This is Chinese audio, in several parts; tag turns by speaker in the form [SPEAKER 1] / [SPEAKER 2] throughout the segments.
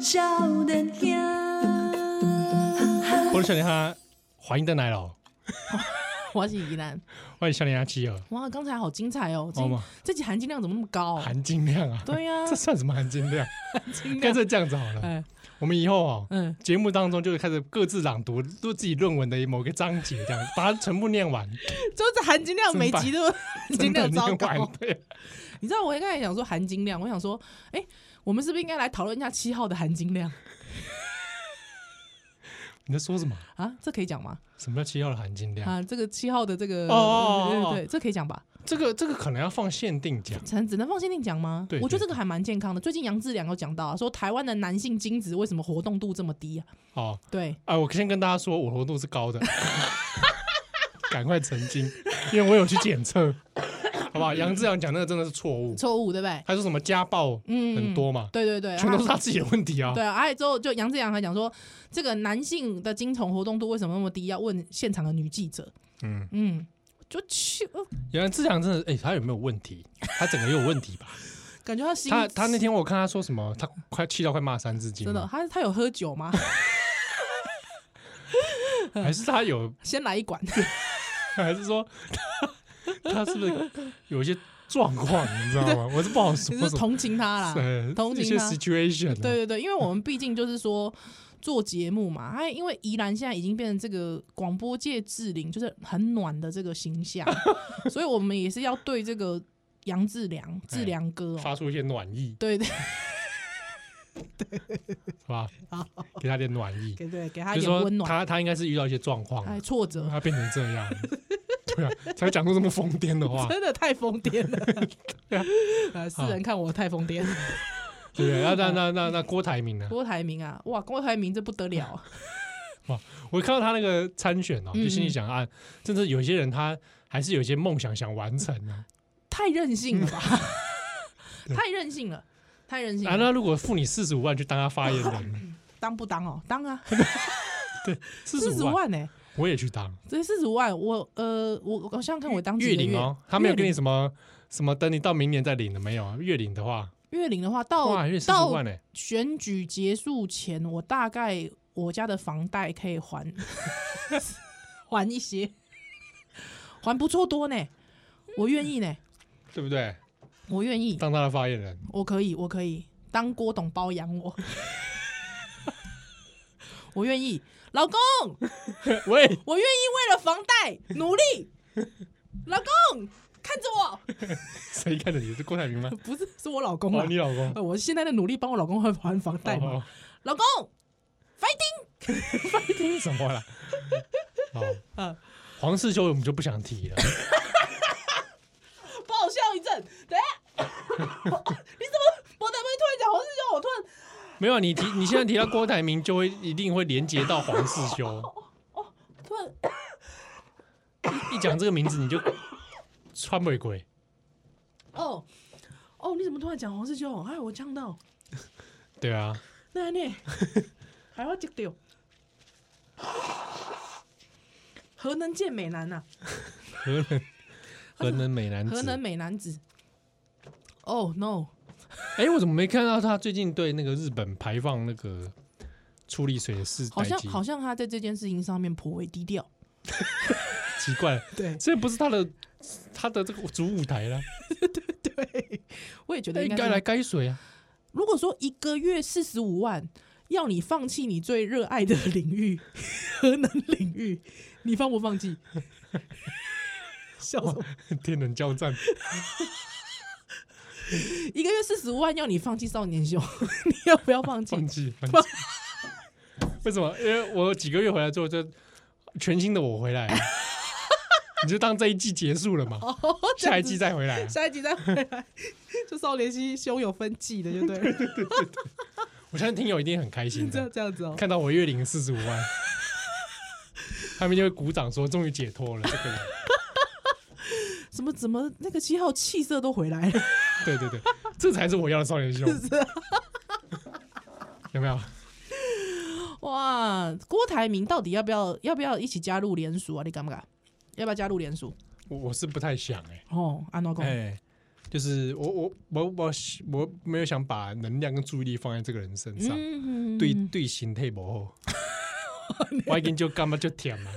[SPEAKER 1] 少年兄，
[SPEAKER 2] 我是少年哈，欢迎登来了，
[SPEAKER 3] 我是宜兰，
[SPEAKER 2] 欢迎少年哈基尔，
[SPEAKER 3] 哇，刚才好精彩哦！
[SPEAKER 2] 好吗
[SPEAKER 3] 这这集含金量怎么那么高、啊？
[SPEAKER 2] 含金量啊，
[SPEAKER 3] 对 呀、
[SPEAKER 2] 这算什么含金 量？
[SPEAKER 3] 含金
[SPEAKER 2] 干
[SPEAKER 3] 量，
[SPEAKER 2] 脆这样子好了，
[SPEAKER 3] 哎，
[SPEAKER 2] 我们以后哦，
[SPEAKER 3] 嗯，
[SPEAKER 2] 节目当中就开始各自朗读录自己论文的某个章节，这样把它全部念 完，
[SPEAKER 3] 就是含金量每集都含金
[SPEAKER 2] 真 的
[SPEAKER 3] 量
[SPEAKER 2] 念
[SPEAKER 3] 糟
[SPEAKER 2] 完
[SPEAKER 3] 糕。，
[SPEAKER 2] 对，
[SPEAKER 3] 你知道我刚才想说含金量，我想说，哎、我们是不是应该来讨论一下七号的含金量
[SPEAKER 2] 你在说什么？
[SPEAKER 3] 啊？这可以讲吗？
[SPEAKER 2] 什么叫七号的含金 量？
[SPEAKER 3] 啊，这个七号的这个，
[SPEAKER 2] 哦哦哦
[SPEAKER 3] 对
[SPEAKER 2] 哦
[SPEAKER 3] 对对，这可以讲吧？
[SPEAKER 2] 这个这个可能要放限定讲，
[SPEAKER 3] 只只能放限定讲吗？
[SPEAKER 2] 对
[SPEAKER 3] 我觉
[SPEAKER 2] 对
[SPEAKER 3] 得这个还蛮健康的。最近杨志良有讲到、啊，说台湾的男性精子为什么活动度这么低啊？
[SPEAKER 2] 哦，
[SPEAKER 3] 对，
[SPEAKER 2] 啊，我先跟大家说，我活动是高的， 赶快澄清，因为我有去检测，好不好？杨志阳讲那个真的是错误，
[SPEAKER 3] 错误对不对？
[SPEAKER 2] 他说什么家暴
[SPEAKER 3] 嗯，
[SPEAKER 2] 很多嘛，
[SPEAKER 3] 对对对，
[SPEAKER 2] 全都是
[SPEAKER 3] 他
[SPEAKER 2] 他自己的问题啊。
[SPEAKER 3] 对啊，哎，之后就杨志阳还讲说，这个男性的精虫活动度为什么那么低？要问现场的女记者。
[SPEAKER 2] 嗯，
[SPEAKER 3] 嗯，就去，呃
[SPEAKER 2] 杨志阳真的，哎、他有没有问题？他整个也有问题吧？
[SPEAKER 3] 感觉他心
[SPEAKER 2] 他他那天我看他说什么，他快气到快骂三字经
[SPEAKER 3] 真的，
[SPEAKER 2] 嘛，
[SPEAKER 3] 他他有喝酒吗？
[SPEAKER 2] 还是他有，
[SPEAKER 3] 先来 一管，
[SPEAKER 2] 还是说他他是不是有一些状况，你知道吗？我是不好说
[SPEAKER 3] 你是
[SPEAKER 2] 什么，
[SPEAKER 3] 同情他啦。
[SPEAKER 2] 呃
[SPEAKER 3] 同情
[SPEAKER 2] 一些
[SPEAKER 3] 他
[SPEAKER 2] situation，、啊、
[SPEAKER 3] 对对对，因为我们毕竟就是说做节目嘛，哎，因为宜兰现在已经变成这个广播界志玲，就是很暖的这个形 象，所以我们也是要对这个杨志
[SPEAKER 2] 哎
[SPEAKER 3] 良、志良哥哦，
[SPEAKER 2] 发出一些暖意，
[SPEAKER 3] 对对
[SPEAKER 2] 好吧？给他点暖意，
[SPEAKER 3] 哦给对给他
[SPEAKER 2] 就
[SPEAKER 3] 一
[SPEAKER 2] 是
[SPEAKER 3] 点
[SPEAKER 2] 说
[SPEAKER 3] 温暖，
[SPEAKER 2] 他他应该是遇到一些状况，
[SPEAKER 3] 哎，挫折，
[SPEAKER 2] 他变成这样， 对啊，才讲出这么疯癫的话，
[SPEAKER 3] 真的太疯癫了。
[SPEAKER 2] 对 啊
[SPEAKER 3] 呃，世人看我太疯 癫。
[SPEAKER 2] 对不对？那那那那那郭台铭呢？
[SPEAKER 3] 郭台铭啊，哇，郭台铭这不得了，啊
[SPEAKER 2] 嗯我看到他那个参选哦，
[SPEAKER 3] 嗯
[SPEAKER 2] 就心里想啊，真的有些人他还是有一些梦想想完成啊。
[SPEAKER 3] 太任性了吧？
[SPEAKER 2] 对
[SPEAKER 3] 太任性了，太任性
[SPEAKER 2] 啊，
[SPEAKER 3] 了。
[SPEAKER 2] 那如果付你四十五万去当他发言 人，
[SPEAKER 3] 当不当哦？当啊，
[SPEAKER 2] 四
[SPEAKER 3] 四
[SPEAKER 2] 十
[SPEAKER 3] 十
[SPEAKER 2] 五万
[SPEAKER 3] 万呢？
[SPEAKER 2] 我也去当，
[SPEAKER 3] 这四十万，我呃，我我想想看，我当
[SPEAKER 2] 月
[SPEAKER 3] 几个
[SPEAKER 2] 领
[SPEAKER 3] 月？
[SPEAKER 2] 哦，他没有给你
[SPEAKER 3] 月领
[SPEAKER 2] 什么什么，等你到明年再领的没有啊？月领的话，
[SPEAKER 3] 月领的话，
[SPEAKER 2] 哇，
[SPEAKER 3] 到
[SPEAKER 2] 月四十
[SPEAKER 3] 哦到
[SPEAKER 2] 万欸呢，
[SPEAKER 3] 选举结束前，我大概我家的房贷可以还 还一些，还不错多呢，我愿意呢，
[SPEAKER 2] 对不对？
[SPEAKER 3] 我愿意。
[SPEAKER 2] 当他的发言人，
[SPEAKER 3] 我可以，我可以当郭董包养我，我愿意，老公，
[SPEAKER 2] 喂，
[SPEAKER 3] 我愿意为了房贷努力，老公看着我，
[SPEAKER 2] 谁看着你是郭台铭吗？
[SPEAKER 3] 不是是我老公
[SPEAKER 2] 哦，
[SPEAKER 3] 啊
[SPEAKER 2] 你，老公，
[SPEAKER 3] 呃我现在在努力帮我老公还还房贷嘛，
[SPEAKER 2] 哦，
[SPEAKER 3] 老公，fighting，
[SPEAKER 2] 听哦什么啦？哦，
[SPEAKER 3] 嗯
[SPEAKER 2] 黄世修我们就不想提了，
[SPEAKER 3] 爆笑一阵，等一下，你怎么我怎么会突然讲黄世雄？我突然
[SPEAKER 2] 没有啊你提，你现在提到郭台铭，就会一定会连接到黄世修。
[SPEAKER 3] 突然
[SPEAKER 2] 一讲这个名字你就川北鬼，
[SPEAKER 3] 哦哦，你怎么突然讲黄世雄？哎，我呛到。
[SPEAKER 2] 对啊，
[SPEAKER 3] 那安 尼，还要接掉。核能界美男啊呐、
[SPEAKER 2] 河南河南美男
[SPEAKER 3] 啊，
[SPEAKER 2] 子。
[SPEAKER 3] 核能美男子。Oh no！
[SPEAKER 2] 哎、我怎么没看到他最近对那个日本排放那个处理水的事？
[SPEAKER 3] 好像好像他在这件事情上面颇为低调。
[SPEAKER 2] 奇怪，
[SPEAKER 3] 对
[SPEAKER 2] 这不是他的他的这个主舞台啦，
[SPEAKER 3] 对，我也觉
[SPEAKER 2] 那
[SPEAKER 3] 得
[SPEAKER 2] 应
[SPEAKER 3] 应
[SPEAKER 2] 该
[SPEAKER 3] 该
[SPEAKER 2] 来
[SPEAKER 3] 是。
[SPEAKER 2] 该水啊。
[SPEAKER 3] 如果说一个月四十五万，要你放弃你最热爱的领域—— 核能领域，你放不放弃？ 笑什么？
[SPEAKER 2] 天人交战，
[SPEAKER 3] 一个月四十五万，要你放弃少年秀， 你要不要放弃？
[SPEAKER 2] 放 弃放弃。为什么？因为我几个月回来之后，就全新的我回 来了，你就当这一季结束了嘛，下一季再回来啊。
[SPEAKER 3] 下一集再回来，就少年心胸有分际的，就对了，
[SPEAKER 2] 我相信听友一定很开心
[SPEAKER 3] 这
[SPEAKER 2] 的
[SPEAKER 3] 样，这样子哦、
[SPEAKER 2] 看到我月领四十五万，他们就会鼓掌说终于解脱了这个人。
[SPEAKER 3] 怎么怎么那个七号气色都回来了？
[SPEAKER 2] 对对对，这才是我要的少年兄，有没有？
[SPEAKER 3] 哇，郭台铭到底要不要要不要一起加入联署啊？你敢不敢？要不要加入联署？
[SPEAKER 2] 我我是不太想哎、
[SPEAKER 3] 哦，安诺公，
[SPEAKER 2] 哎、就是我我我我我没有想把能量跟注意力放在这个人身上，
[SPEAKER 3] 嗯
[SPEAKER 2] 对对形态不 好。我已经就干嘛就舔嘛，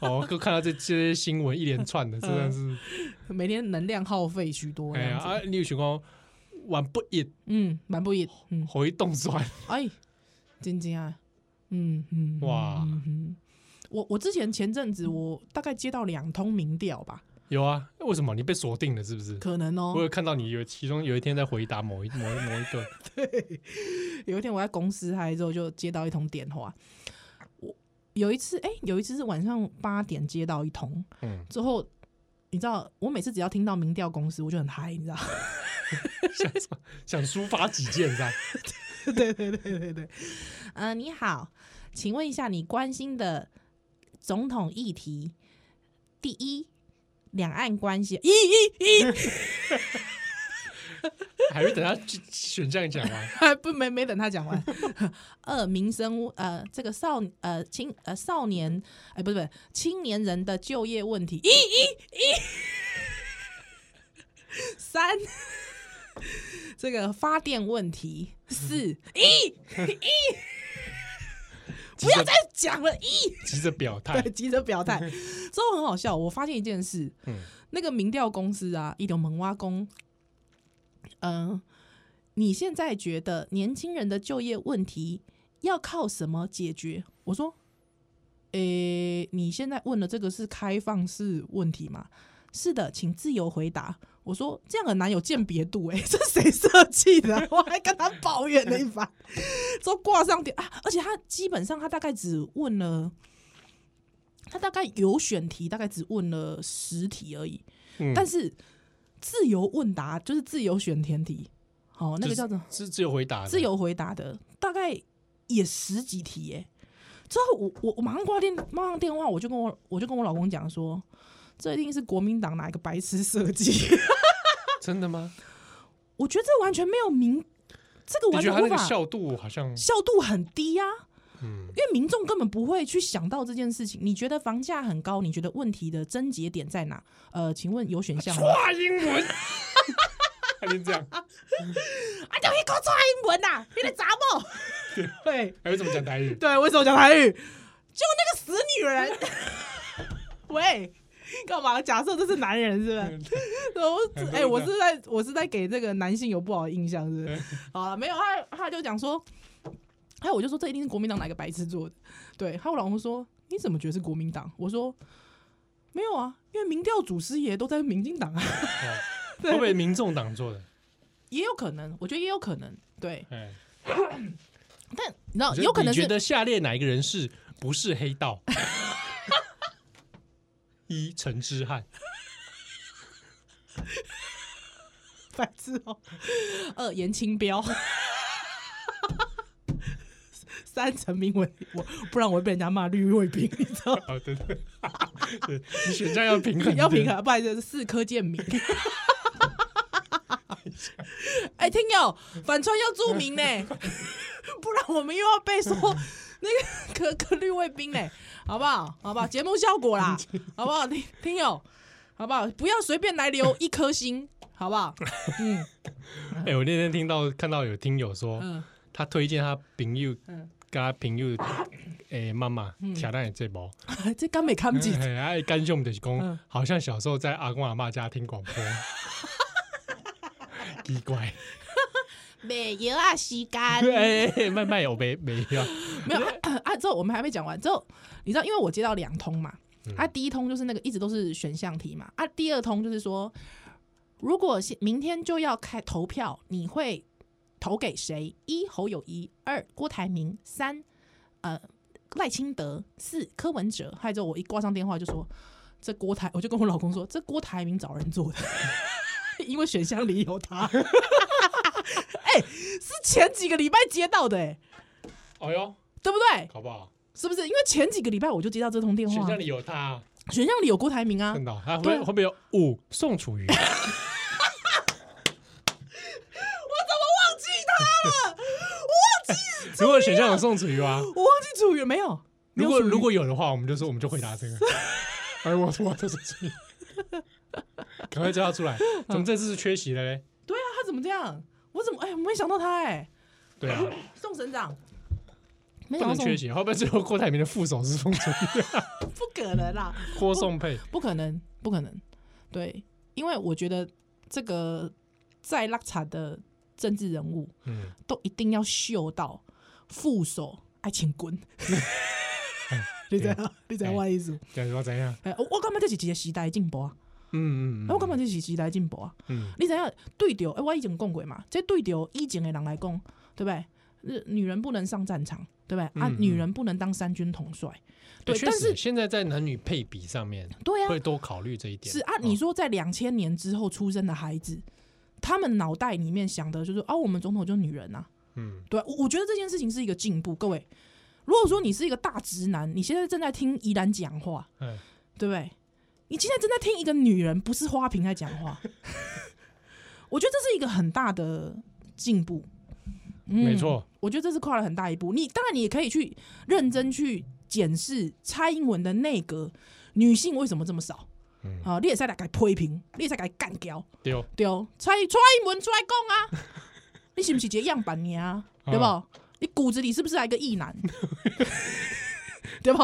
[SPEAKER 2] 哦，都看到这这些新闻一连串
[SPEAKER 3] 嗯
[SPEAKER 2] 的，真的是，
[SPEAKER 3] 每天能量耗费许多这
[SPEAKER 2] 哎呀
[SPEAKER 3] 样子，
[SPEAKER 2] 啊，你有想过玩不一
[SPEAKER 3] 嗯，蛮不易，嗯，
[SPEAKER 2] 回动转，
[SPEAKER 3] 哎，真真啊，嗯嗯，
[SPEAKER 2] 哇
[SPEAKER 3] 嗯嗯我我之前前阵子我大概接到两通民调吧，
[SPEAKER 2] 有啊？为什么你被锁定了？是不是？
[SPEAKER 3] 可能哦、
[SPEAKER 2] 我有看到你有其中有一天在回答某一某一某一个，
[SPEAKER 3] 有一天我在公司嗨之后，就接到一通电话。我有一次，哎、有一次是晚上八点接到一通，
[SPEAKER 2] 嗯，
[SPEAKER 3] 之后你知道，我每次只要听到民调公司，我就很嗨，你知道？
[SPEAKER 2] 想抒发己见噻，
[SPEAKER 3] 对对对对对。呃，你好，请问一下你关心的总统议题，第一，两岸关系，咦咦咦，
[SPEAKER 2] 还会等他选项讲啊完，
[SPEAKER 3] 还 不没没等他讲完。二，民生呃，这个少呃青呃少年，哎、不是不是青年人的就业问题，咦咦 咦。三，这个发电问题。四，咦，
[SPEAKER 2] 不要
[SPEAKER 3] 再讲了，咦。
[SPEAKER 2] 急着表态
[SPEAKER 3] 对，，急着 表态。之后很好笑，我发现一件事，
[SPEAKER 2] 嗯
[SPEAKER 3] 那个民调公司啊，一种萌蛙公，嗯、你现在觉得年轻人的就业问题要靠什么解决？我说，诶、你现在问的这个是开放式问题吗？是的，请自由回答。我说这样很难有鉴别度、欸，哎， 这谁设计的 啊？我还跟他抱怨了一番， 之后挂上电啊！而且他基本上他大概只问了，他大概有选题，大概只问了十题而已。
[SPEAKER 2] 嗯
[SPEAKER 3] 但是自由问答就是自由选填题，好、那
[SPEAKER 2] 就
[SPEAKER 3] 个
[SPEAKER 2] 是啊
[SPEAKER 3] 叫做
[SPEAKER 2] 是只有回答的
[SPEAKER 3] 自，由回答的，大概也十几题耶、之后我我我马上挂电，马上电话我就跟我我就跟我老公讲说，这一定是国民党哪一个白痴设计。
[SPEAKER 2] 真的吗？
[SPEAKER 3] 我觉得这完全没有民，这个
[SPEAKER 2] 你
[SPEAKER 3] 完
[SPEAKER 2] 觉得
[SPEAKER 3] 全
[SPEAKER 2] 他
[SPEAKER 3] 无
[SPEAKER 2] 那个
[SPEAKER 3] 法
[SPEAKER 2] 效度好像，
[SPEAKER 3] 效度很低啊。
[SPEAKER 2] 嗯
[SPEAKER 3] 因为民众根本不会去想到这件事情。你觉得房价很高，你觉得问题的症结点在哪？呃，请问有选项吗？
[SPEAKER 2] 哇，英文， 还能这样，
[SPEAKER 3] 啊，就一口抓英文呐、你的杂毛。 对
[SPEAKER 2] 还会怎么讲台语？
[SPEAKER 3] 对，为什么讲台语？就那个死女人。 喂，干嘛？假设这是男人是不是？我
[SPEAKER 2] 很多
[SPEAKER 3] 哎、
[SPEAKER 2] 人
[SPEAKER 3] 我
[SPEAKER 2] 这
[SPEAKER 3] 是在我是在给这个男性有不好的印象，是不是？好了，没有他，他就讲说，哎，我就说这一定是国民党哪个白痴做的。对，还有我老公说，你怎么觉得是国民党？我说没有啊，因为民调祖师爷都在民进党啊，
[SPEAKER 2] 哦会不会民众党做的？
[SPEAKER 3] 也有可能，我觉得也有可能，对。
[SPEAKER 2] 哎，
[SPEAKER 3] 但你知道，
[SPEAKER 2] 你觉
[SPEAKER 3] 哦有可能
[SPEAKER 2] 你
[SPEAKER 3] 是
[SPEAKER 2] 觉得下列哪一个人是不是黑道？ 一陈之汉，
[SPEAKER 3] 白痴哦、二严清标。 三陈明文，我不然我会被人家骂绿卫兵，你知道 吗？
[SPEAKER 2] 哦对对， 对你选项要平衡，
[SPEAKER 3] 要平。衡，不然就是四颗建明。 哎，听友反串要注明呢， 不然我们又要 被说那个可可绿卫兵呢，好不好？好不好？节目效果啦，好不好？听听友，好不好？不要随便来留一颗星，好不 好？嗯
[SPEAKER 2] 哎，我那天听到看到有听友说，
[SPEAKER 3] 嗯
[SPEAKER 2] 他推荐他朋友
[SPEAKER 3] 嗯，
[SPEAKER 2] 跟他朋友诶妈妈挑战这波，
[SPEAKER 3] 这刚没看不见。
[SPEAKER 2] 哎，啊干兄就是
[SPEAKER 3] 嗯
[SPEAKER 2] 讲，好像小时候在阿公阿妈家听广 播，奇怪，
[SPEAKER 3] 没有啊，时间
[SPEAKER 2] 哎，哎慢慢有没没有？
[SPEAKER 3] 没有 啊啊！之后我们还没讲完，之后你知道，因为我接到两通嘛，啊，第一通就是那个一直都是选项题嘛，啊，第二通就是说，如果是明天就要开投票，你会投给谁？一侯友谊，二郭台铭，三呃赖清德，四柯文哲。还有之后我一挂上电话就说，这郭台，我就跟我老公说，这郭台铭找人做的。 因为选项里有他， 哎、是前几个礼拜接到的、哎，
[SPEAKER 2] 哎呦，
[SPEAKER 3] 对不对？
[SPEAKER 2] 好不好？
[SPEAKER 3] 是不是？因为前几个礼拜我就接到这通电话，
[SPEAKER 2] 选项里有他，啊
[SPEAKER 3] 选项里有郭台铭啊
[SPEAKER 2] 真，的哦，他
[SPEAKER 3] 对
[SPEAKER 2] 会会不会有五宋楚 瑜？
[SPEAKER 3] 忘记他了，啊
[SPEAKER 2] 如果选项有宋楚瑜啊，
[SPEAKER 3] 我忘记楚瑜没有。
[SPEAKER 2] 如
[SPEAKER 3] 没有
[SPEAKER 2] 果
[SPEAKER 3] 楚 瑜
[SPEAKER 2] 如果有的话，我们就说我们就回答这个。哎，我我就是楚瑜，赶快叫他出来。怎么这次是缺席了嘞？
[SPEAKER 3] 啊他怎么这样？我怎么哎、我没想到他哎、
[SPEAKER 2] 对啊，
[SPEAKER 3] 宋省长，没
[SPEAKER 2] 不
[SPEAKER 3] 想到
[SPEAKER 2] 能
[SPEAKER 3] 宋
[SPEAKER 2] 缺席，会不会最后郭台铭的副手是宋楚瑜
[SPEAKER 3] 不可能啦，
[SPEAKER 2] 郭 宋配？
[SPEAKER 3] 不可能，不可能，对，因为我觉得这个再拉惨的政治人物
[SPEAKER 2] 嗯，
[SPEAKER 3] 都一定要秀到副手爱情 滚。
[SPEAKER 2] 哎
[SPEAKER 3] 你知道，你知道我的意思？
[SPEAKER 2] 这样说怎样？
[SPEAKER 3] 哎、我我感觉这是一个时代的进步啊！
[SPEAKER 2] 嗯嗯
[SPEAKER 3] 哎
[SPEAKER 2] 嗯，
[SPEAKER 3] 我感觉这是时代的进步啊！
[SPEAKER 2] 嗯
[SPEAKER 3] 你知影对着哎、我以前讲过嘛，这对着以前的人来讲，对不对？呃女人不能上战场，对不对？啊
[SPEAKER 2] 嗯，嗯
[SPEAKER 3] 女人不能当三军统帅，对
[SPEAKER 2] 欸。确
[SPEAKER 3] 但
[SPEAKER 2] 实
[SPEAKER 3] 是
[SPEAKER 2] 现在在男女配比上面
[SPEAKER 3] 对啊，
[SPEAKER 2] 会多考虑这一点。
[SPEAKER 3] 是啊
[SPEAKER 2] 哦，
[SPEAKER 3] 你说在两千年之后出生的孩子，他们脑袋里面想的就是啊，我们总统就是女人啊，
[SPEAKER 2] 嗯
[SPEAKER 3] 对啊我我觉得这件事情是一个进步，各位。如果说你是一个大直男，你现在正在听宜兰讲话，
[SPEAKER 2] 嗯，
[SPEAKER 3] 对不对？你现在正在听一个女人，不是花瓶在讲话， 我觉得这是一个很大的进步。嗯
[SPEAKER 2] 没错，
[SPEAKER 3] 我觉得这是跨了很大一步。你当然你也可以去认真去检视蔡英文的内阁女性为什么这么少，
[SPEAKER 2] 嗯
[SPEAKER 3] 啊，你也在来改批评，你也在改干掉，
[SPEAKER 2] 对哦，
[SPEAKER 3] 对哦，蔡蔡英文出来讲啊，你是不是一个样板娘、啊，对不？你骨子里是不是还有一个异男，对不？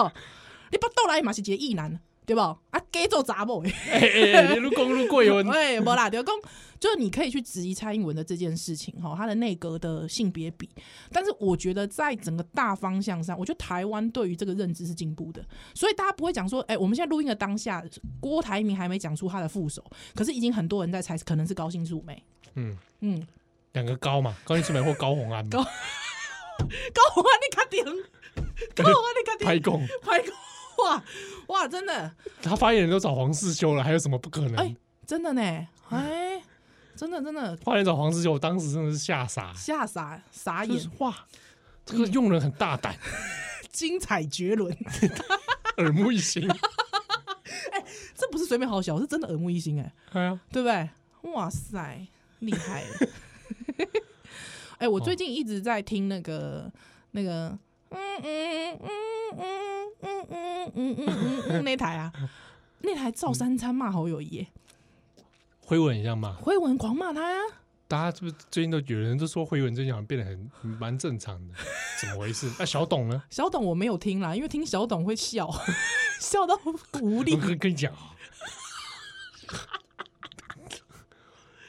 [SPEAKER 3] 你不斗来嘛是一个异男，对不？啊，假做查某的。
[SPEAKER 2] 哎哎，哎你路公路过 有
[SPEAKER 3] 哎，无啦，就是讲，就是你可以去质疑蔡英文的这件事情哈，他的内阁的性别比，但是我觉得在整个大方向上，我觉得台湾对于这个认知是进步的，所以大家不会讲说，哎、我们现在录音的当下，郭台铭还没讲出他的副手，可是已经很多人在猜，可能是高新素梅，
[SPEAKER 2] 嗯，
[SPEAKER 3] 嗯，
[SPEAKER 2] 两个高嘛，高金素梅或高红安嘛，
[SPEAKER 3] 高高宏安你卡点，高宏安你卡
[SPEAKER 2] 拍
[SPEAKER 3] 点，
[SPEAKER 2] 供，
[SPEAKER 3] 拍个哇哇，真的
[SPEAKER 2] 他发言人都找黄世修了，还有什么不可能
[SPEAKER 3] 哎？真的呢，哎、真的真的
[SPEAKER 2] 发言人找黄世修，我当时真的是吓傻，
[SPEAKER 3] 吓傻傻
[SPEAKER 2] 就
[SPEAKER 3] 眼
[SPEAKER 2] 是，哇，这个用人很大胆，
[SPEAKER 3] 精彩绝伦。
[SPEAKER 2] 耳目一新。
[SPEAKER 3] 这不是随便好小，是真的耳目一新哎、
[SPEAKER 2] 哎呀，
[SPEAKER 3] 对不对？哇塞，厉害了！哎、我最近一直在听那个、那个，嗯嗯嗯嗯嗯嗯嗯嗯嗯那台啊，那台赵三餐骂侯友谊耶，
[SPEAKER 2] 辉文一样嘛，
[SPEAKER 3] 辉文狂骂他呀、
[SPEAKER 2] 大家是不是最近都有人都说辉文最近好像变得很嗯蛮正常的，怎么回事？那小董呢？
[SPEAKER 3] 小董我没有听啦，因为听小董会笑，笑到无力
[SPEAKER 2] 我。跟跟你讲啊，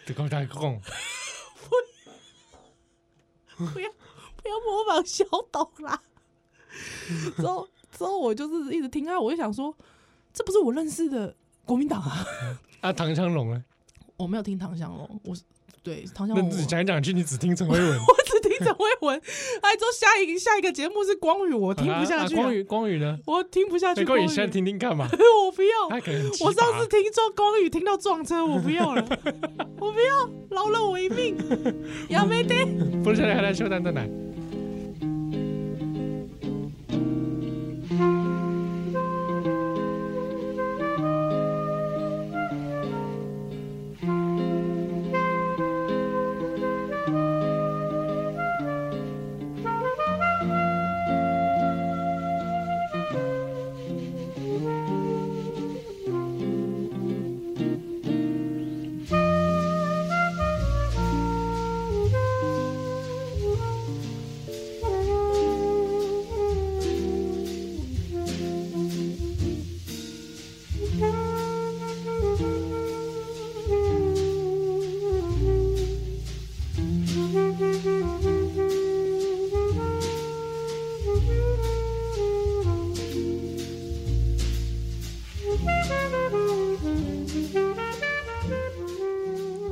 [SPEAKER 2] 就跟大家讲，
[SPEAKER 3] 不要 不要模仿小董 啦。之后之后我就是一直听他，啊我就想说，这不是我认识的国民党啊！
[SPEAKER 2] 啊，唐香龙呢？
[SPEAKER 3] 我没有听唐香龙，我是对唐香
[SPEAKER 2] 那
[SPEAKER 3] 龙，我
[SPEAKER 2] 你
[SPEAKER 3] 我
[SPEAKER 2] 讲来讲去，你只听陈辉文，
[SPEAKER 3] 只听陈慧文。哎，之后下一下一个节目是光宇， 我听不下去
[SPEAKER 2] 啊啊
[SPEAKER 3] 了，
[SPEAKER 2] 光宇，光宇呢？
[SPEAKER 3] 我听不下去。
[SPEAKER 2] 那
[SPEAKER 3] 光
[SPEAKER 2] 光
[SPEAKER 3] 宇，
[SPEAKER 2] 宇现在听哎听看嘛
[SPEAKER 3] 我不要。
[SPEAKER 2] 他可能很奇葩
[SPEAKER 3] 我上次听说光宇听到撞车，我不 要了，我不要，饶了我一命，亚美得。
[SPEAKER 2] 不是现在还在修蛋蛋奶。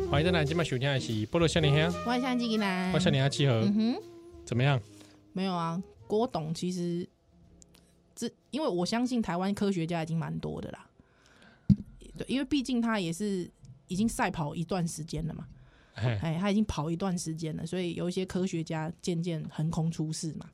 [SPEAKER 2] 欢迎蛋奶，今晚收听的是《菠萝少年香》，
[SPEAKER 3] 我想进来
[SPEAKER 2] 我少年香契合
[SPEAKER 3] 嗯哼。
[SPEAKER 2] 怎么样？
[SPEAKER 3] 没有啊，郭董其实这因为我相信台湾科学家已经蛮多的啦，对，因为毕竟他也是已经赛跑一段时间了嘛，
[SPEAKER 2] 哎，
[SPEAKER 3] 哎，他已经跑一段时间了，所以有一些科学家渐渐横空出世嘛。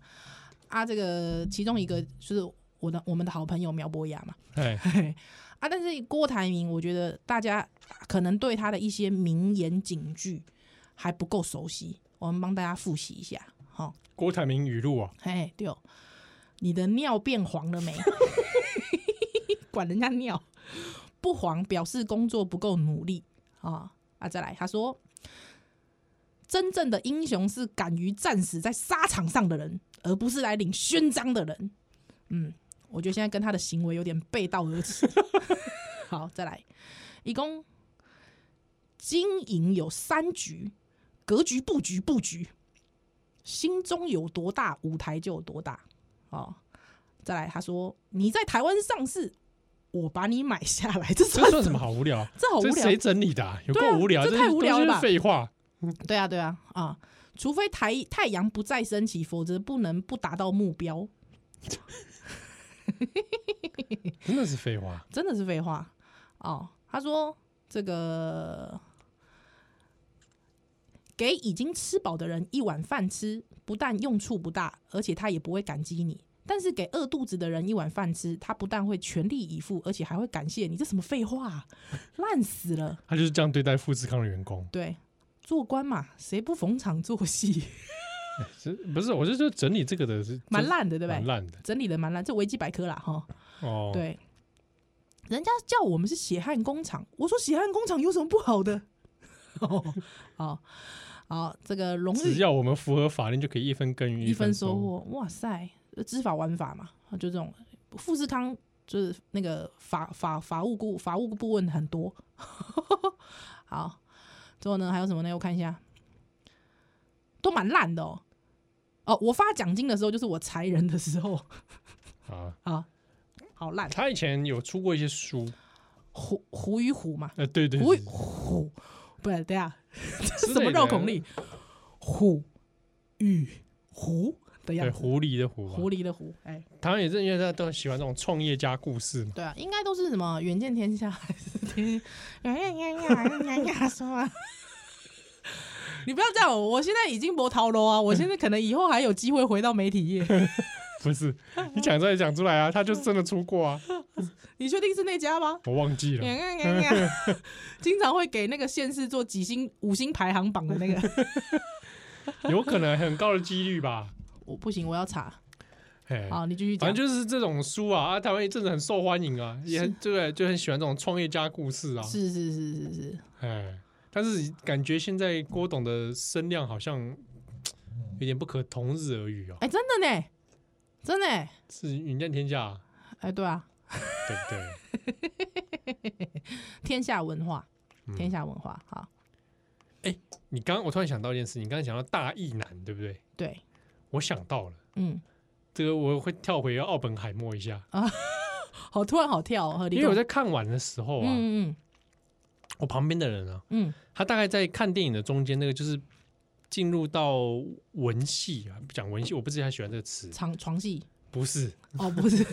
[SPEAKER 3] 啊，这个其中一个就是我的我们的好朋友苗博雅嘛，
[SPEAKER 2] 哎，
[SPEAKER 3] 啊，但是郭台铭，我觉得大家可能对他的一些名言警句还不够熟悉，我们帮大家复习一下，好、
[SPEAKER 2] 郭台铭语录啊，
[SPEAKER 3] 哎，对哦， 你的尿变黄了没？管人家尿，不遑表示工作不够努力啊啊！再来，他说，真正的英雄是敢于战死在沙场上的人，而不是来领勋章的人。嗯，我觉得现在跟他的行为有点背道而驰。 好，再来，一共经营有三局，格局、布局、布局，心中有多大，舞台就有多大。哦，再来，他说你在台湾上市，我把你买下来，这
[SPEAKER 2] 这
[SPEAKER 3] 算
[SPEAKER 2] 算什么？好无聊啊？
[SPEAKER 3] 这好无
[SPEAKER 2] 这
[SPEAKER 3] 聊
[SPEAKER 2] 谁。整理的啊？有
[SPEAKER 3] 对
[SPEAKER 2] 够
[SPEAKER 3] 啊
[SPEAKER 2] 无聊，
[SPEAKER 3] 这
[SPEAKER 2] 这
[SPEAKER 3] 太无聊了
[SPEAKER 2] 都
[SPEAKER 3] 吧
[SPEAKER 2] 是废话。
[SPEAKER 3] 对啊，对啊，啊，除非太太阳不再升起，否则不能不达到目标。
[SPEAKER 2] 真的是废话。
[SPEAKER 3] 真的是废话哦。他说这个给已经吃饱的人一碗饭吃，不但用处不大，而且他也不会感激你。但是给饿肚子的人一碗饭吃，他不但会全力以赴，而且还会感谢你。这什么废话、啊，烂死了！
[SPEAKER 2] 他就是这样对待富士康的员工，
[SPEAKER 3] 对，做官嘛，谁不逢场作戏？
[SPEAKER 2] 是不是？我就说整理这个的是
[SPEAKER 3] 蛮，烂的，对
[SPEAKER 2] 真
[SPEAKER 3] 不
[SPEAKER 2] 蛮
[SPEAKER 3] 对？
[SPEAKER 2] 烂的
[SPEAKER 3] 整理的蛮烂，这维基百科啦，哈。
[SPEAKER 2] 哦。，
[SPEAKER 3] 对，人家叫我们是血汗工厂，我说血汗工厂有什么不好的？ 哦，好，好，这个荣
[SPEAKER 2] 只
[SPEAKER 3] 誉
[SPEAKER 2] 要我们符合法令，就可以一分耕耘
[SPEAKER 3] 一分
[SPEAKER 2] 分
[SPEAKER 3] 收
[SPEAKER 2] 获。
[SPEAKER 3] 获，哇塞，呃知法玩法嘛，就这种富士康就是那个法法法务顾法务顾问很多。 好，之后呢还有什么呢？我看一下，都蛮烂的哦。哦，我发奖金的时候就是我裁人的时候
[SPEAKER 2] 啊。
[SPEAKER 3] 啊，好烂，
[SPEAKER 2] 他以前有出过一些书，
[SPEAKER 3] 虎虎与虎嘛，
[SPEAKER 2] 呃，对对，
[SPEAKER 3] 虎
[SPEAKER 2] 对
[SPEAKER 3] 虎，不对，等一下，这
[SPEAKER 2] 之
[SPEAKER 3] 是什么
[SPEAKER 2] 类的
[SPEAKER 3] 绕口令？虎与狐的样
[SPEAKER 2] 对啊
[SPEAKER 3] 子，
[SPEAKER 2] 狐狸的狐嘛，
[SPEAKER 3] 狐狸的狐，哎，
[SPEAKER 2] 台湾也是因为他都喜欢这种创业家故事嘛。
[SPEAKER 3] 对啊，应该都是什么远见天下还是天哎呀呀呀呀哎呀什么？ 你不要这样，我现在已经没逃了啊！我现在可能以后还有机会回到媒 体业。
[SPEAKER 2] 不是，你讲出来讲出来啊，他就真的出过啊，
[SPEAKER 3] 你确定是那家吗？哎
[SPEAKER 2] 我忘记
[SPEAKER 3] 呀
[SPEAKER 2] 了。
[SPEAKER 3] 呀呀呀！
[SPEAKER 2] 啊
[SPEAKER 3] 经常会给那个县市做几星五星排行榜的那个，
[SPEAKER 2] 有可能很高的几率吧。
[SPEAKER 3] 我不行，我要查。
[SPEAKER 2] 哎，
[SPEAKER 3] 好，你继续讲
[SPEAKER 2] 反正。就是这种书啊，啊，台湾一阵子很受欢迎啊，也很对不对，就很喜欢这种创业家故事啊。
[SPEAKER 3] 是是是是是，
[SPEAKER 2] 哎，但是感觉现在郭董的声量好像嘖有点不可同日而语哦，
[SPEAKER 3] 哎、真的呢，真的欸，
[SPEAKER 2] 是云战天下，
[SPEAKER 3] 哎、对啊，
[SPEAKER 2] 对不对？
[SPEAKER 3] 天下文化，天
[SPEAKER 2] 嗯、
[SPEAKER 3] 下文化，好，
[SPEAKER 2] 你刚刚我突然想到一件事，你刚刚讲到大义男，对不对？
[SPEAKER 3] 对，
[SPEAKER 2] 我想到了，
[SPEAKER 3] 嗯，
[SPEAKER 2] 这个我会跳回奥本海默一下，
[SPEAKER 3] 哦好突然好跳、哦，和
[SPEAKER 2] 因为我在看完的时候啊，
[SPEAKER 3] 嗯嗯
[SPEAKER 2] 我旁边的人啊，
[SPEAKER 3] 嗯
[SPEAKER 2] 他大概在看电影的中间，那个就是进入到文戏啊，不讲文戏，我不是很喜欢这个词
[SPEAKER 3] 嗯，，床 床戏，
[SPEAKER 2] 不是，
[SPEAKER 3] 哦，不是，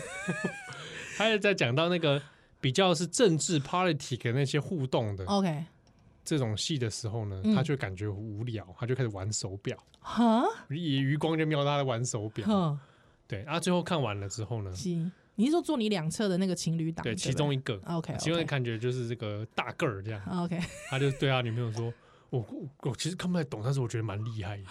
[SPEAKER 2] 他是在讲到那个比较是政治 politic 的那些互动的
[SPEAKER 3] OK，
[SPEAKER 2] 这种戏的时候呢，
[SPEAKER 3] 嗯
[SPEAKER 2] 他就感觉无聊，他就开始玩手表，
[SPEAKER 3] 哈，
[SPEAKER 2] 以余光就瞄到他在玩手表，
[SPEAKER 3] 哼，
[SPEAKER 2] 对，啊，最后看完了之后呢，
[SPEAKER 3] 行，嗯你是说坐你两侧的那个情侣档？
[SPEAKER 2] 对，
[SPEAKER 3] 不
[SPEAKER 2] 其中一个，
[SPEAKER 3] OK，
[SPEAKER 2] 其中一个
[SPEAKER 3] OK，
[SPEAKER 2] 感觉就是这个大个儿这样，
[SPEAKER 3] OK，
[SPEAKER 2] 他就对他女朋友说：“我我我其实看不太懂，但是我觉得蛮厉害的。”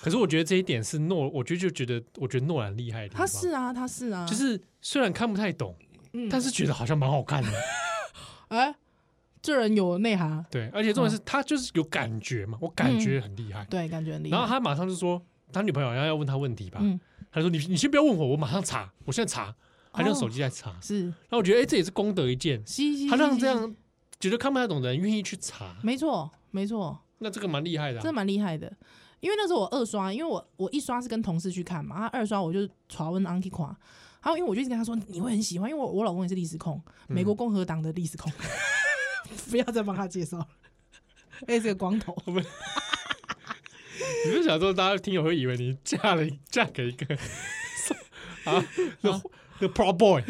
[SPEAKER 2] 可是我觉得这一点是诺，我觉得就觉得我觉得诺兰厉害的地
[SPEAKER 3] 他
[SPEAKER 2] 方，
[SPEAKER 3] 是啊，他是啊，
[SPEAKER 2] 就是虽然看不太懂，
[SPEAKER 3] 嗯
[SPEAKER 2] 但是觉得好像蛮好 看的。
[SPEAKER 3] 哎、这人有内涵，
[SPEAKER 2] 对，而且重点是他就是有感觉嘛，我感觉很厉害。
[SPEAKER 3] 对，感觉嗯很厉害。
[SPEAKER 2] 然后他马上就说，他女朋友好像要问他问题吧，
[SPEAKER 3] 嗯，哦
[SPEAKER 2] 他说：“你你先不要问我，我马上查，我现在查。”他用手机在查，
[SPEAKER 3] 是，
[SPEAKER 2] 然后我觉得哎、这也是功德一件，
[SPEAKER 3] 嘻嘻，
[SPEAKER 2] 他让
[SPEAKER 3] 嘻
[SPEAKER 2] 这，
[SPEAKER 3] 嘻
[SPEAKER 2] 样觉得看不太懂的人愿意去查，
[SPEAKER 3] 没错，没错，
[SPEAKER 2] 那这个蛮厉害的啊、
[SPEAKER 3] 真的蛮厉害的。因为那时候我二刷，因为我我一刷是跟同事去看嘛，啊二刷我就传问 Anki 夸，还有因为我就一直跟他说你会很喜欢，因为我我老公也是历史控，美国共和党的历史控， 不要再帮他介绍了，哎这个光头，
[SPEAKER 2] 你是想说大家听友会以为你嫁了嫁给一 个啊那那 pro boy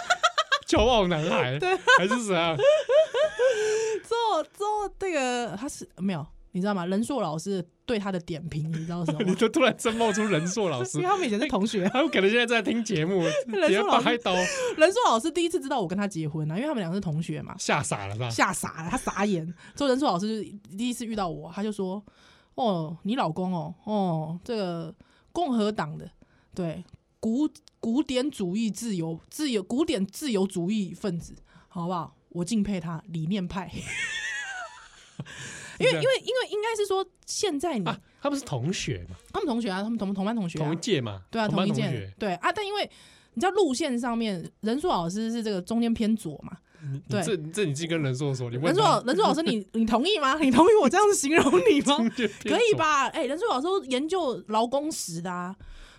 [SPEAKER 2] 骄傲男孩，
[SPEAKER 3] 啊
[SPEAKER 2] 还是怎样？
[SPEAKER 3] 做做这个他是没有，你知道吗？任硕老师对他的点评，你知道什么
[SPEAKER 2] 你
[SPEAKER 3] 吗？
[SPEAKER 2] 就突然真冒出人硕老
[SPEAKER 3] 因
[SPEAKER 2] 师
[SPEAKER 3] 为，他们以前是同学，
[SPEAKER 2] 他们可能现在在听节目，直接
[SPEAKER 3] 啊硕老师
[SPEAKER 2] 拍刀
[SPEAKER 3] 任硕老师第一次知道我跟他结婚啊，因为他们两个是同学嘛，
[SPEAKER 2] 吓傻了是吧？
[SPEAKER 3] 吓傻了，他傻眼。周仁硕老师就是第一次遇到我，他就说：“哦，你老公哦，哦，这个共和党的，对，古古典主义自由自由古典自由主义分子，好不好？我敬佩他理念派，因为因为因为应该是说现在你、
[SPEAKER 2] 啊，他们是同学嘛，
[SPEAKER 3] 他们同学啊，他们同同班同学、啊
[SPEAKER 2] 同一，届嘛，
[SPEAKER 3] 对啊，
[SPEAKER 2] 同
[SPEAKER 3] 同
[SPEAKER 2] 班
[SPEAKER 3] 一
[SPEAKER 2] 同
[SPEAKER 3] 届
[SPEAKER 2] 学，，
[SPEAKER 3] 对啊，但因为你知道路线上面，任硕老师是这个中间偏左嘛，
[SPEAKER 2] 你
[SPEAKER 3] 嗯对
[SPEAKER 2] 你这你这你自己跟人硕说，你
[SPEAKER 3] 任
[SPEAKER 2] 问
[SPEAKER 3] 硕
[SPEAKER 2] 他
[SPEAKER 3] 老任硕老师你，你同意吗？你同意我这样子形容你吗？可
[SPEAKER 2] 可
[SPEAKER 3] 以？吧？哎、任硕老师都研究劳工史的啊，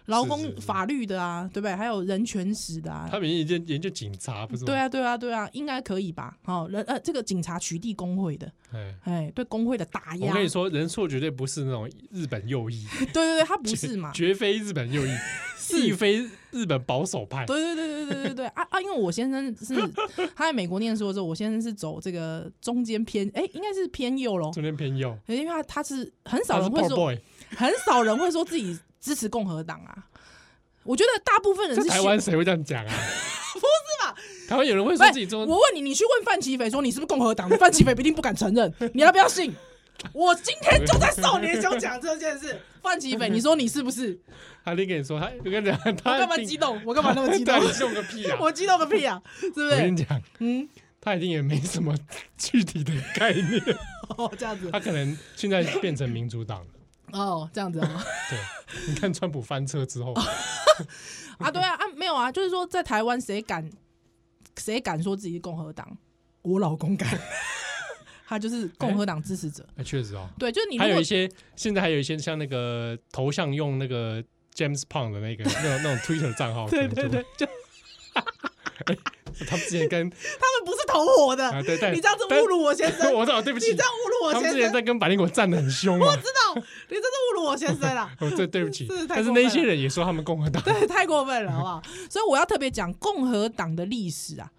[SPEAKER 3] 劳
[SPEAKER 2] 是
[SPEAKER 3] 工
[SPEAKER 2] 是是
[SPEAKER 3] 法律的啊，对不对？还有人权史的啊，
[SPEAKER 2] 他们研究研究警察不是吗？
[SPEAKER 3] 对啊，对啊，对啊，应该可以吧？好，人呃，这个警察取缔工会的，
[SPEAKER 2] 哎，
[SPEAKER 3] 哎，对工会的打压，
[SPEAKER 2] 我跟你说，人硕绝对不是那种日本右翼，
[SPEAKER 3] 对对对，他不是嘛？
[SPEAKER 2] 绝非日本右 翼，亦非日本保守派。
[SPEAKER 3] 对对对对对对对啊啊！因为我先生是他在美国念书的时候，我先生是走这个中间偏，哎、应该是偏右咯。
[SPEAKER 2] 中间偏右，
[SPEAKER 3] 因为他他是很
[SPEAKER 2] 他
[SPEAKER 3] 少
[SPEAKER 2] 是
[SPEAKER 3] 人会
[SPEAKER 2] ball
[SPEAKER 3] 说，
[SPEAKER 2] boy，
[SPEAKER 3] 很少人会说自己支持共和党啊。我觉得大部分人
[SPEAKER 2] 在
[SPEAKER 3] 是
[SPEAKER 2] 台
[SPEAKER 3] 学
[SPEAKER 2] 湾谁会这样讲啊？
[SPEAKER 3] 吧
[SPEAKER 2] 不是吧？台湾有人会
[SPEAKER 3] 不
[SPEAKER 2] 说
[SPEAKER 3] 是
[SPEAKER 2] 自己中
[SPEAKER 3] 我问你，你去问范奇斐说你是不是共和党的，范奇斐一定不敢承认，你要不要信？我今天就在少年兄讲这件事，范奇斐，你说你是不是？
[SPEAKER 2] 他一定跟你说，他我跟你讲，
[SPEAKER 3] 我
[SPEAKER 2] 他
[SPEAKER 3] 干嘛
[SPEAKER 2] 一定
[SPEAKER 3] 激动？我干嘛那么激动
[SPEAKER 2] 对？你用个屁啊！我
[SPEAKER 3] 我激动个屁啊！是不
[SPEAKER 2] 跟
[SPEAKER 3] 是？
[SPEAKER 2] 你讲，
[SPEAKER 3] 嗯，
[SPEAKER 2] 他一定也没什么具体的概念，
[SPEAKER 3] 哦，这样子，
[SPEAKER 2] 他可能现在变成民主党了。
[SPEAKER 3] 哦，这样子哦。
[SPEAKER 2] 对，你看川普翻车 之后，
[SPEAKER 3] 啊，对啊，啊，没有啊，就是说在台湾谁敢谁敢说自己是共和党？我老公敢， 他就是共和党支持者。
[SPEAKER 2] 哎确实哦，
[SPEAKER 3] 对，就是你如
[SPEAKER 2] 还有
[SPEAKER 3] 果
[SPEAKER 2] 一些现在还有一些像那个头像用那个 James Pond 的那个那种那种 Twitter 账号，
[SPEAKER 3] 对对对，， 就
[SPEAKER 2] 哎他们之前 跟
[SPEAKER 3] 他们不是投我的，
[SPEAKER 2] 啊对对，
[SPEAKER 3] 你这样子
[SPEAKER 2] 但
[SPEAKER 3] 侮辱我先生，
[SPEAKER 2] 我知道，对不
[SPEAKER 3] 你
[SPEAKER 2] 起
[SPEAKER 3] 这，样侮辱我
[SPEAKER 2] 他
[SPEAKER 3] 先
[SPEAKER 2] 们之
[SPEAKER 3] 生
[SPEAKER 2] 前。在跟百灵果战的很凶啊，！
[SPEAKER 3] 知道，你真是侮辱我先生啊啦
[SPEAKER 2] 我这对不起
[SPEAKER 3] 是，太
[SPEAKER 2] 但是
[SPEAKER 3] 过分
[SPEAKER 2] 那些
[SPEAKER 3] 了
[SPEAKER 2] 人也说他们共和党，
[SPEAKER 3] 对， 太过分了，好不好？所以我要特别讲共和党的历史啊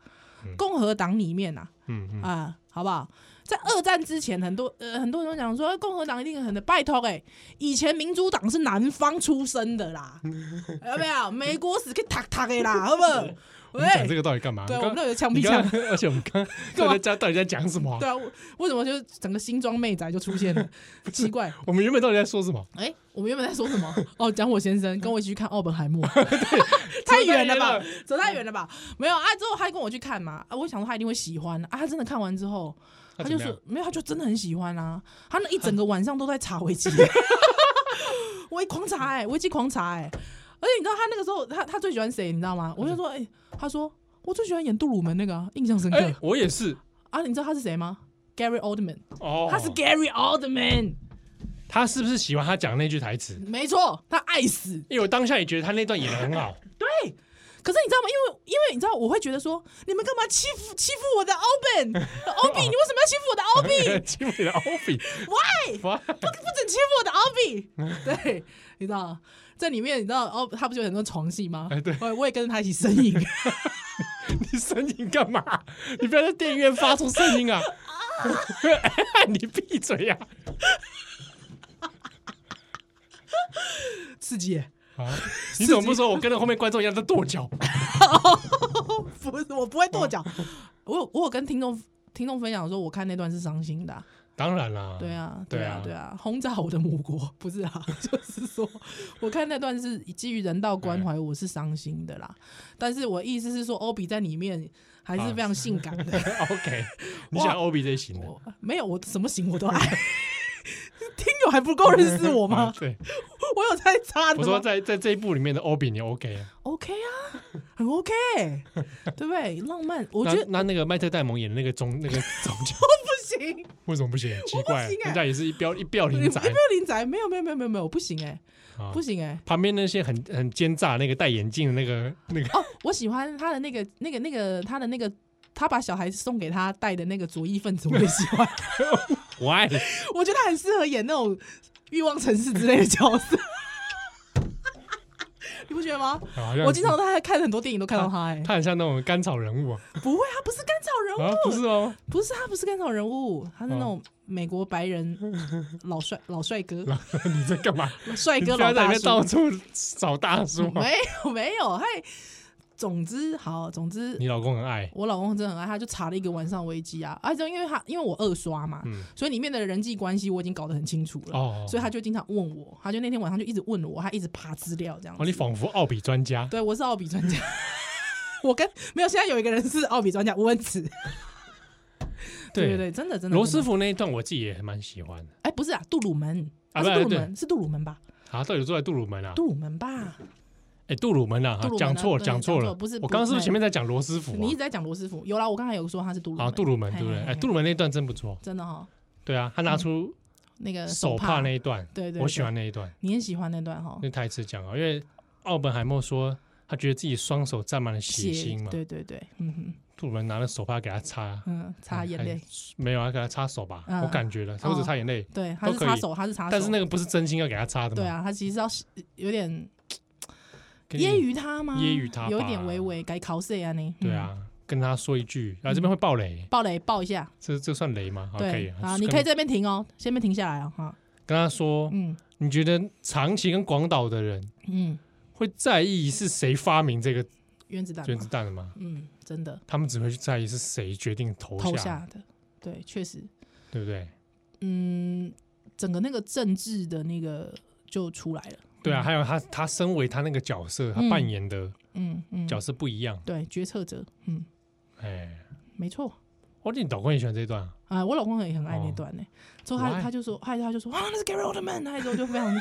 [SPEAKER 2] 嗯，
[SPEAKER 3] 共和党里面啊，
[SPEAKER 2] 嗯嗯，
[SPEAKER 3] 啊、好不好？在二战之前，很多呃很多人都讲说共和党一定很的，拜托哎、以前民主党是南方出生的 啦，有没有？美国是去塔塔的啦，好不好？
[SPEAKER 2] 我们讲这
[SPEAKER 3] 喂，
[SPEAKER 2] 个到底干嘛？
[SPEAKER 3] 哎对，
[SPEAKER 2] 我
[SPEAKER 3] 我
[SPEAKER 2] 刚
[SPEAKER 3] 们那有枪
[SPEAKER 2] 你
[SPEAKER 3] 毙
[SPEAKER 2] 刚
[SPEAKER 3] 枪，
[SPEAKER 2] 刚， 而且我们刚
[SPEAKER 3] 干嘛
[SPEAKER 2] 刚在家到底在讲什么啊？
[SPEAKER 3] 对啊，我为什么就是整个新装妹仔就出现 了？奇怪，
[SPEAKER 2] 我们原本到底在说什么？
[SPEAKER 3] 哎、我们原本在说什么？ 哦，讲我先生跟我一起去看奥本海 默，太远了吧，走太远了吧？没有啊，之后他跟我去看嘛，啊，我想说他一定会喜欢啊，他真的看完之后，
[SPEAKER 2] 他
[SPEAKER 3] 他
[SPEAKER 2] 怎
[SPEAKER 3] 就
[SPEAKER 2] 么样
[SPEAKER 3] 说没有，他就真的很喜欢啊，他那一整个晚上都在查维 基，我一狂查哎、维基狂查哎、而且你知道他那个时候他他最喜欢谁，你知道吗？我就说哎、他说我最喜欢演杜鲁门那个啊、印象深刻、
[SPEAKER 2] 哎，我也是
[SPEAKER 3] 啊，你知道他是谁吗？Gary Oldman，、
[SPEAKER 2] 哦，
[SPEAKER 3] 他是 Gary Oldman，
[SPEAKER 2] 他是不是喜欢他讲那句台词？
[SPEAKER 3] 没错，他爱死。
[SPEAKER 2] 因为我当下也觉得他那段演的很好，？
[SPEAKER 3] 可是你知道吗？因为因为你知道，我会觉得说，你们干嘛欺负欺负我的欧本欧比？你为什么要欺负我的欧比
[SPEAKER 2] 欺负你的 o b
[SPEAKER 3] Why？
[SPEAKER 2] 哇，
[SPEAKER 3] 不准欺负我的欧比！对，你知道在里面，你知道欧他不是有很多床戏吗？
[SPEAKER 2] 哎对
[SPEAKER 3] 我我也跟着他一起 呻吟。
[SPEAKER 2] 你声音干嘛？你不要在电影院发出声音啊！ 你闭嘴啊呀、
[SPEAKER 3] 刺激耶！
[SPEAKER 2] 啊！你怎么不说我跟着后面观众一样在跺脚？
[SPEAKER 3] 不是，我不会跺脚。
[SPEAKER 2] 哦
[SPEAKER 3] 我有我有跟听众听众分享说，我看那段是伤心的啊、
[SPEAKER 2] 当然啦，
[SPEAKER 3] 对啊，
[SPEAKER 2] 对
[SPEAKER 3] 对
[SPEAKER 2] 啊
[SPEAKER 3] 啊，对啊，轰炸我的母国不是啊， 就是说，我看那段是基于人道关怀，我是伤心的啦。但是我意思是说，欧比在里面还是非常性感 的，
[SPEAKER 2] ，OK，你想欧比这型的
[SPEAKER 3] 我没有我什么型我都 爱。听友还不够认识我
[SPEAKER 2] 啊
[SPEAKER 3] 吗？
[SPEAKER 2] 对，
[SPEAKER 3] 我有在插的
[SPEAKER 2] 我 说
[SPEAKER 3] 吗
[SPEAKER 2] 在在这一部里面的欧比你 OK 啊？
[SPEAKER 3] ？OK 啊，很 OK，对不对？浪漫，我
[SPEAKER 2] 那
[SPEAKER 3] 觉得
[SPEAKER 2] 那那个麦特戴蒙演的那个中那个总教
[SPEAKER 3] 不行。
[SPEAKER 2] 为什么不行？奇怪，啊
[SPEAKER 3] 我不行欸
[SPEAKER 2] 人家也是一标一标
[SPEAKER 3] 你
[SPEAKER 2] 零
[SPEAKER 3] 你
[SPEAKER 2] 仔
[SPEAKER 3] 不要林宅，没有没有没有没有没有，不行哎，
[SPEAKER 2] 啊
[SPEAKER 3] 不！行哎。
[SPEAKER 2] 旁边那些很很奸诈那个戴眼镜的那个那个
[SPEAKER 3] 哦，我喜欢他的那个、那个、那个，他的那个，他把小孩送给他带的那个左翼分子，我也喜欢。
[SPEAKER 2] ，Why？
[SPEAKER 3] 我觉得他很适合演那种欲望城市之类的角 色，你不觉得吗？
[SPEAKER 2] 啊好像
[SPEAKER 3] 我经常都在看很多电影，都看到他、欸。
[SPEAKER 2] 他很像那种甘草人物啊，
[SPEAKER 3] 不会，他不是甘草人物，
[SPEAKER 2] 啊不是吗？
[SPEAKER 3] 不是他不是甘草人物，他是那种美国白人 老帅老帅哥，
[SPEAKER 2] 你在干嘛？
[SPEAKER 3] 帅
[SPEAKER 2] 你
[SPEAKER 3] 哥
[SPEAKER 2] 不要
[SPEAKER 3] 老
[SPEAKER 2] 在里
[SPEAKER 3] 大
[SPEAKER 2] 面到
[SPEAKER 3] 叔。嗯
[SPEAKER 2] 处找大叔啊，
[SPEAKER 3] 没有没有，嘿，总之好，总之
[SPEAKER 2] 你老公很爱，
[SPEAKER 3] 我老公真的很爱，他就查了一个晚上危机啊，而、啊、且因为他因为我二刷嘛，
[SPEAKER 2] 嗯，
[SPEAKER 3] 所以里面的人际关系我已经搞得很清楚了，
[SPEAKER 2] 哦，
[SPEAKER 3] 所以他就经常问我，他就那天晚上就一直问我，他一直爬资料这样子。
[SPEAKER 2] 哦，你仿佛奥比专家，
[SPEAKER 3] 对，我是奥比专家。 我跟没有，现在有一个人是奥比专家，吴文慈。对对，真的真的。
[SPEAKER 2] 罗斯
[SPEAKER 3] 真的，
[SPEAKER 2] 福那一段我自己也蛮喜欢的
[SPEAKER 3] 哎，不是啊，杜鲁门，
[SPEAKER 2] 啊
[SPEAKER 3] 啊、是
[SPEAKER 2] 不对
[SPEAKER 3] 杜鲁
[SPEAKER 2] 对
[SPEAKER 3] 门，是杜鲁门吧？
[SPEAKER 2] 啊，到底住在杜鲁门啊？
[SPEAKER 3] 杜鲁门吧？
[SPEAKER 2] 哎，杜鲁门啊
[SPEAKER 3] 杜鲁，门啊
[SPEAKER 2] 讲错了，
[SPEAKER 3] 对
[SPEAKER 2] 讲错
[SPEAKER 3] 讲错
[SPEAKER 2] 了，
[SPEAKER 3] 了不是哎
[SPEAKER 2] 我刚刚是不是前面在讲罗斯福
[SPEAKER 3] 你一直在讲罗斯福，有啦，我刚才有说他是杜鲁
[SPEAKER 2] 啊？
[SPEAKER 3] 门
[SPEAKER 2] 啊，杜鲁门对不对？
[SPEAKER 3] 嘿嘿
[SPEAKER 2] 哎，
[SPEAKER 3] 嘿
[SPEAKER 2] 杜鲁门那一段真不错，
[SPEAKER 3] 真的哈、哦，
[SPEAKER 2] 对啊，他拿出
[SPEAKER 3] 那个
[SPEAKER 2] 手
[SPEAKER 3] 呃帕
[SPEAKER 2] 帕那一段，
[SPEAKER 3] 对对对，哦
[SPEAKER 2] 我喜欢那一段，
[SPEAKER 3] 你也喜欢那段哈、
[SPEAKER 2] 那台词讲啊，因为奥本海默说他觉得自己双手沾满了血腥嘛，
[SPEAKER 3] 对对对，嗯哼
[SPEAKER 2] 杜鲁门拿了手帕给他擦，
[SPEAKER 3] 嗯，擦眼泪，
[SPEAKER 2] 没有啊，给他擦手吧，
[SPEAKER 3] 嗯
[SPEAKER 2] 我感觉了，他不止擦眼泪，
[SPEAKER 3] 对，他是
[SPEAKER 2] 都可以
[SPEAKER 3] 擦手，他是擦手，
[SPEAKER 2] 但是那个不是真心要给他擦的嘛，
[SPEAKER 3] 对啊，他其实要有点
[SPEAKER 2] 跟你
[SPEAKER 3] 揶揄他吗？
[SPEAKER 2] 揶揄他吧
[SPEAKER 3] 有点微微该考试啊你。
[SPEAKER 2] 对啊，跟他说一句，啊，这边会爆雷
[SPEAKER 3] 嗯，，爆雷爆一下，
[SPEAKER 2] 这这算雷吗？好可以
[SPEAKER 3] 对
[SPEAKER 2] 啊，
[SPEAKER 3] 你可
[SPEAKER 2] 跟
[SPEAKER 3] 以在这边停哦，先边停下来哦，哈，
[SPEAKER 2] 跟他说，
[SPEAKER 3] 嗯
[SPEAKER 2] 你觉得长崎跟广岛的人
[SPEAKER 3] 嗯，
[SPEAKER 2] 会在意是谁发明这个
[SPEAKER 3] 原子弹嘛，
[SPEAKER 2] 原子弹的吗？
[SPEAKER 3] 嗯，真的
[SPEAKER 2] 他们只会去在意是谁决定投
[SPEAKER 3] 投
[SPEAKER 2] 下，
[SPEAKER 3] 下的，对，确实，
[SPEAKER 2] 对不对？
[SPEAKER 3] 嗯，整个那个政治的那个就出来了，
[SPEAKER 2] 对啊，
[SPEAKER 3] 嗯
[SPEAKER 2] 还有他他身为他那个角色，他
[SPEAKER 3] 嗯
[SPEAKER 2] 扮演的
[SPEAKER 3] 嗯嗯，
[SPEAKER 2] 角色不一样，
[SPEAKER 3] 对决策者，嗯，
[SPEAKER 2] 哎，
[SPEAKER 3] 没错。
[SPEAKER 2] 我你老公也喜欢这一段啊，
[SPEAKER 3] 啊，我老公也很爱那
[SPEAKER 2] 哦
[SPEAKER 3] 段呢、之后他
[SPEAKER 2] Why？
[SPEAKER 3] 他就说，他他就说，啊，那是 Gary Oldman，他之后就非常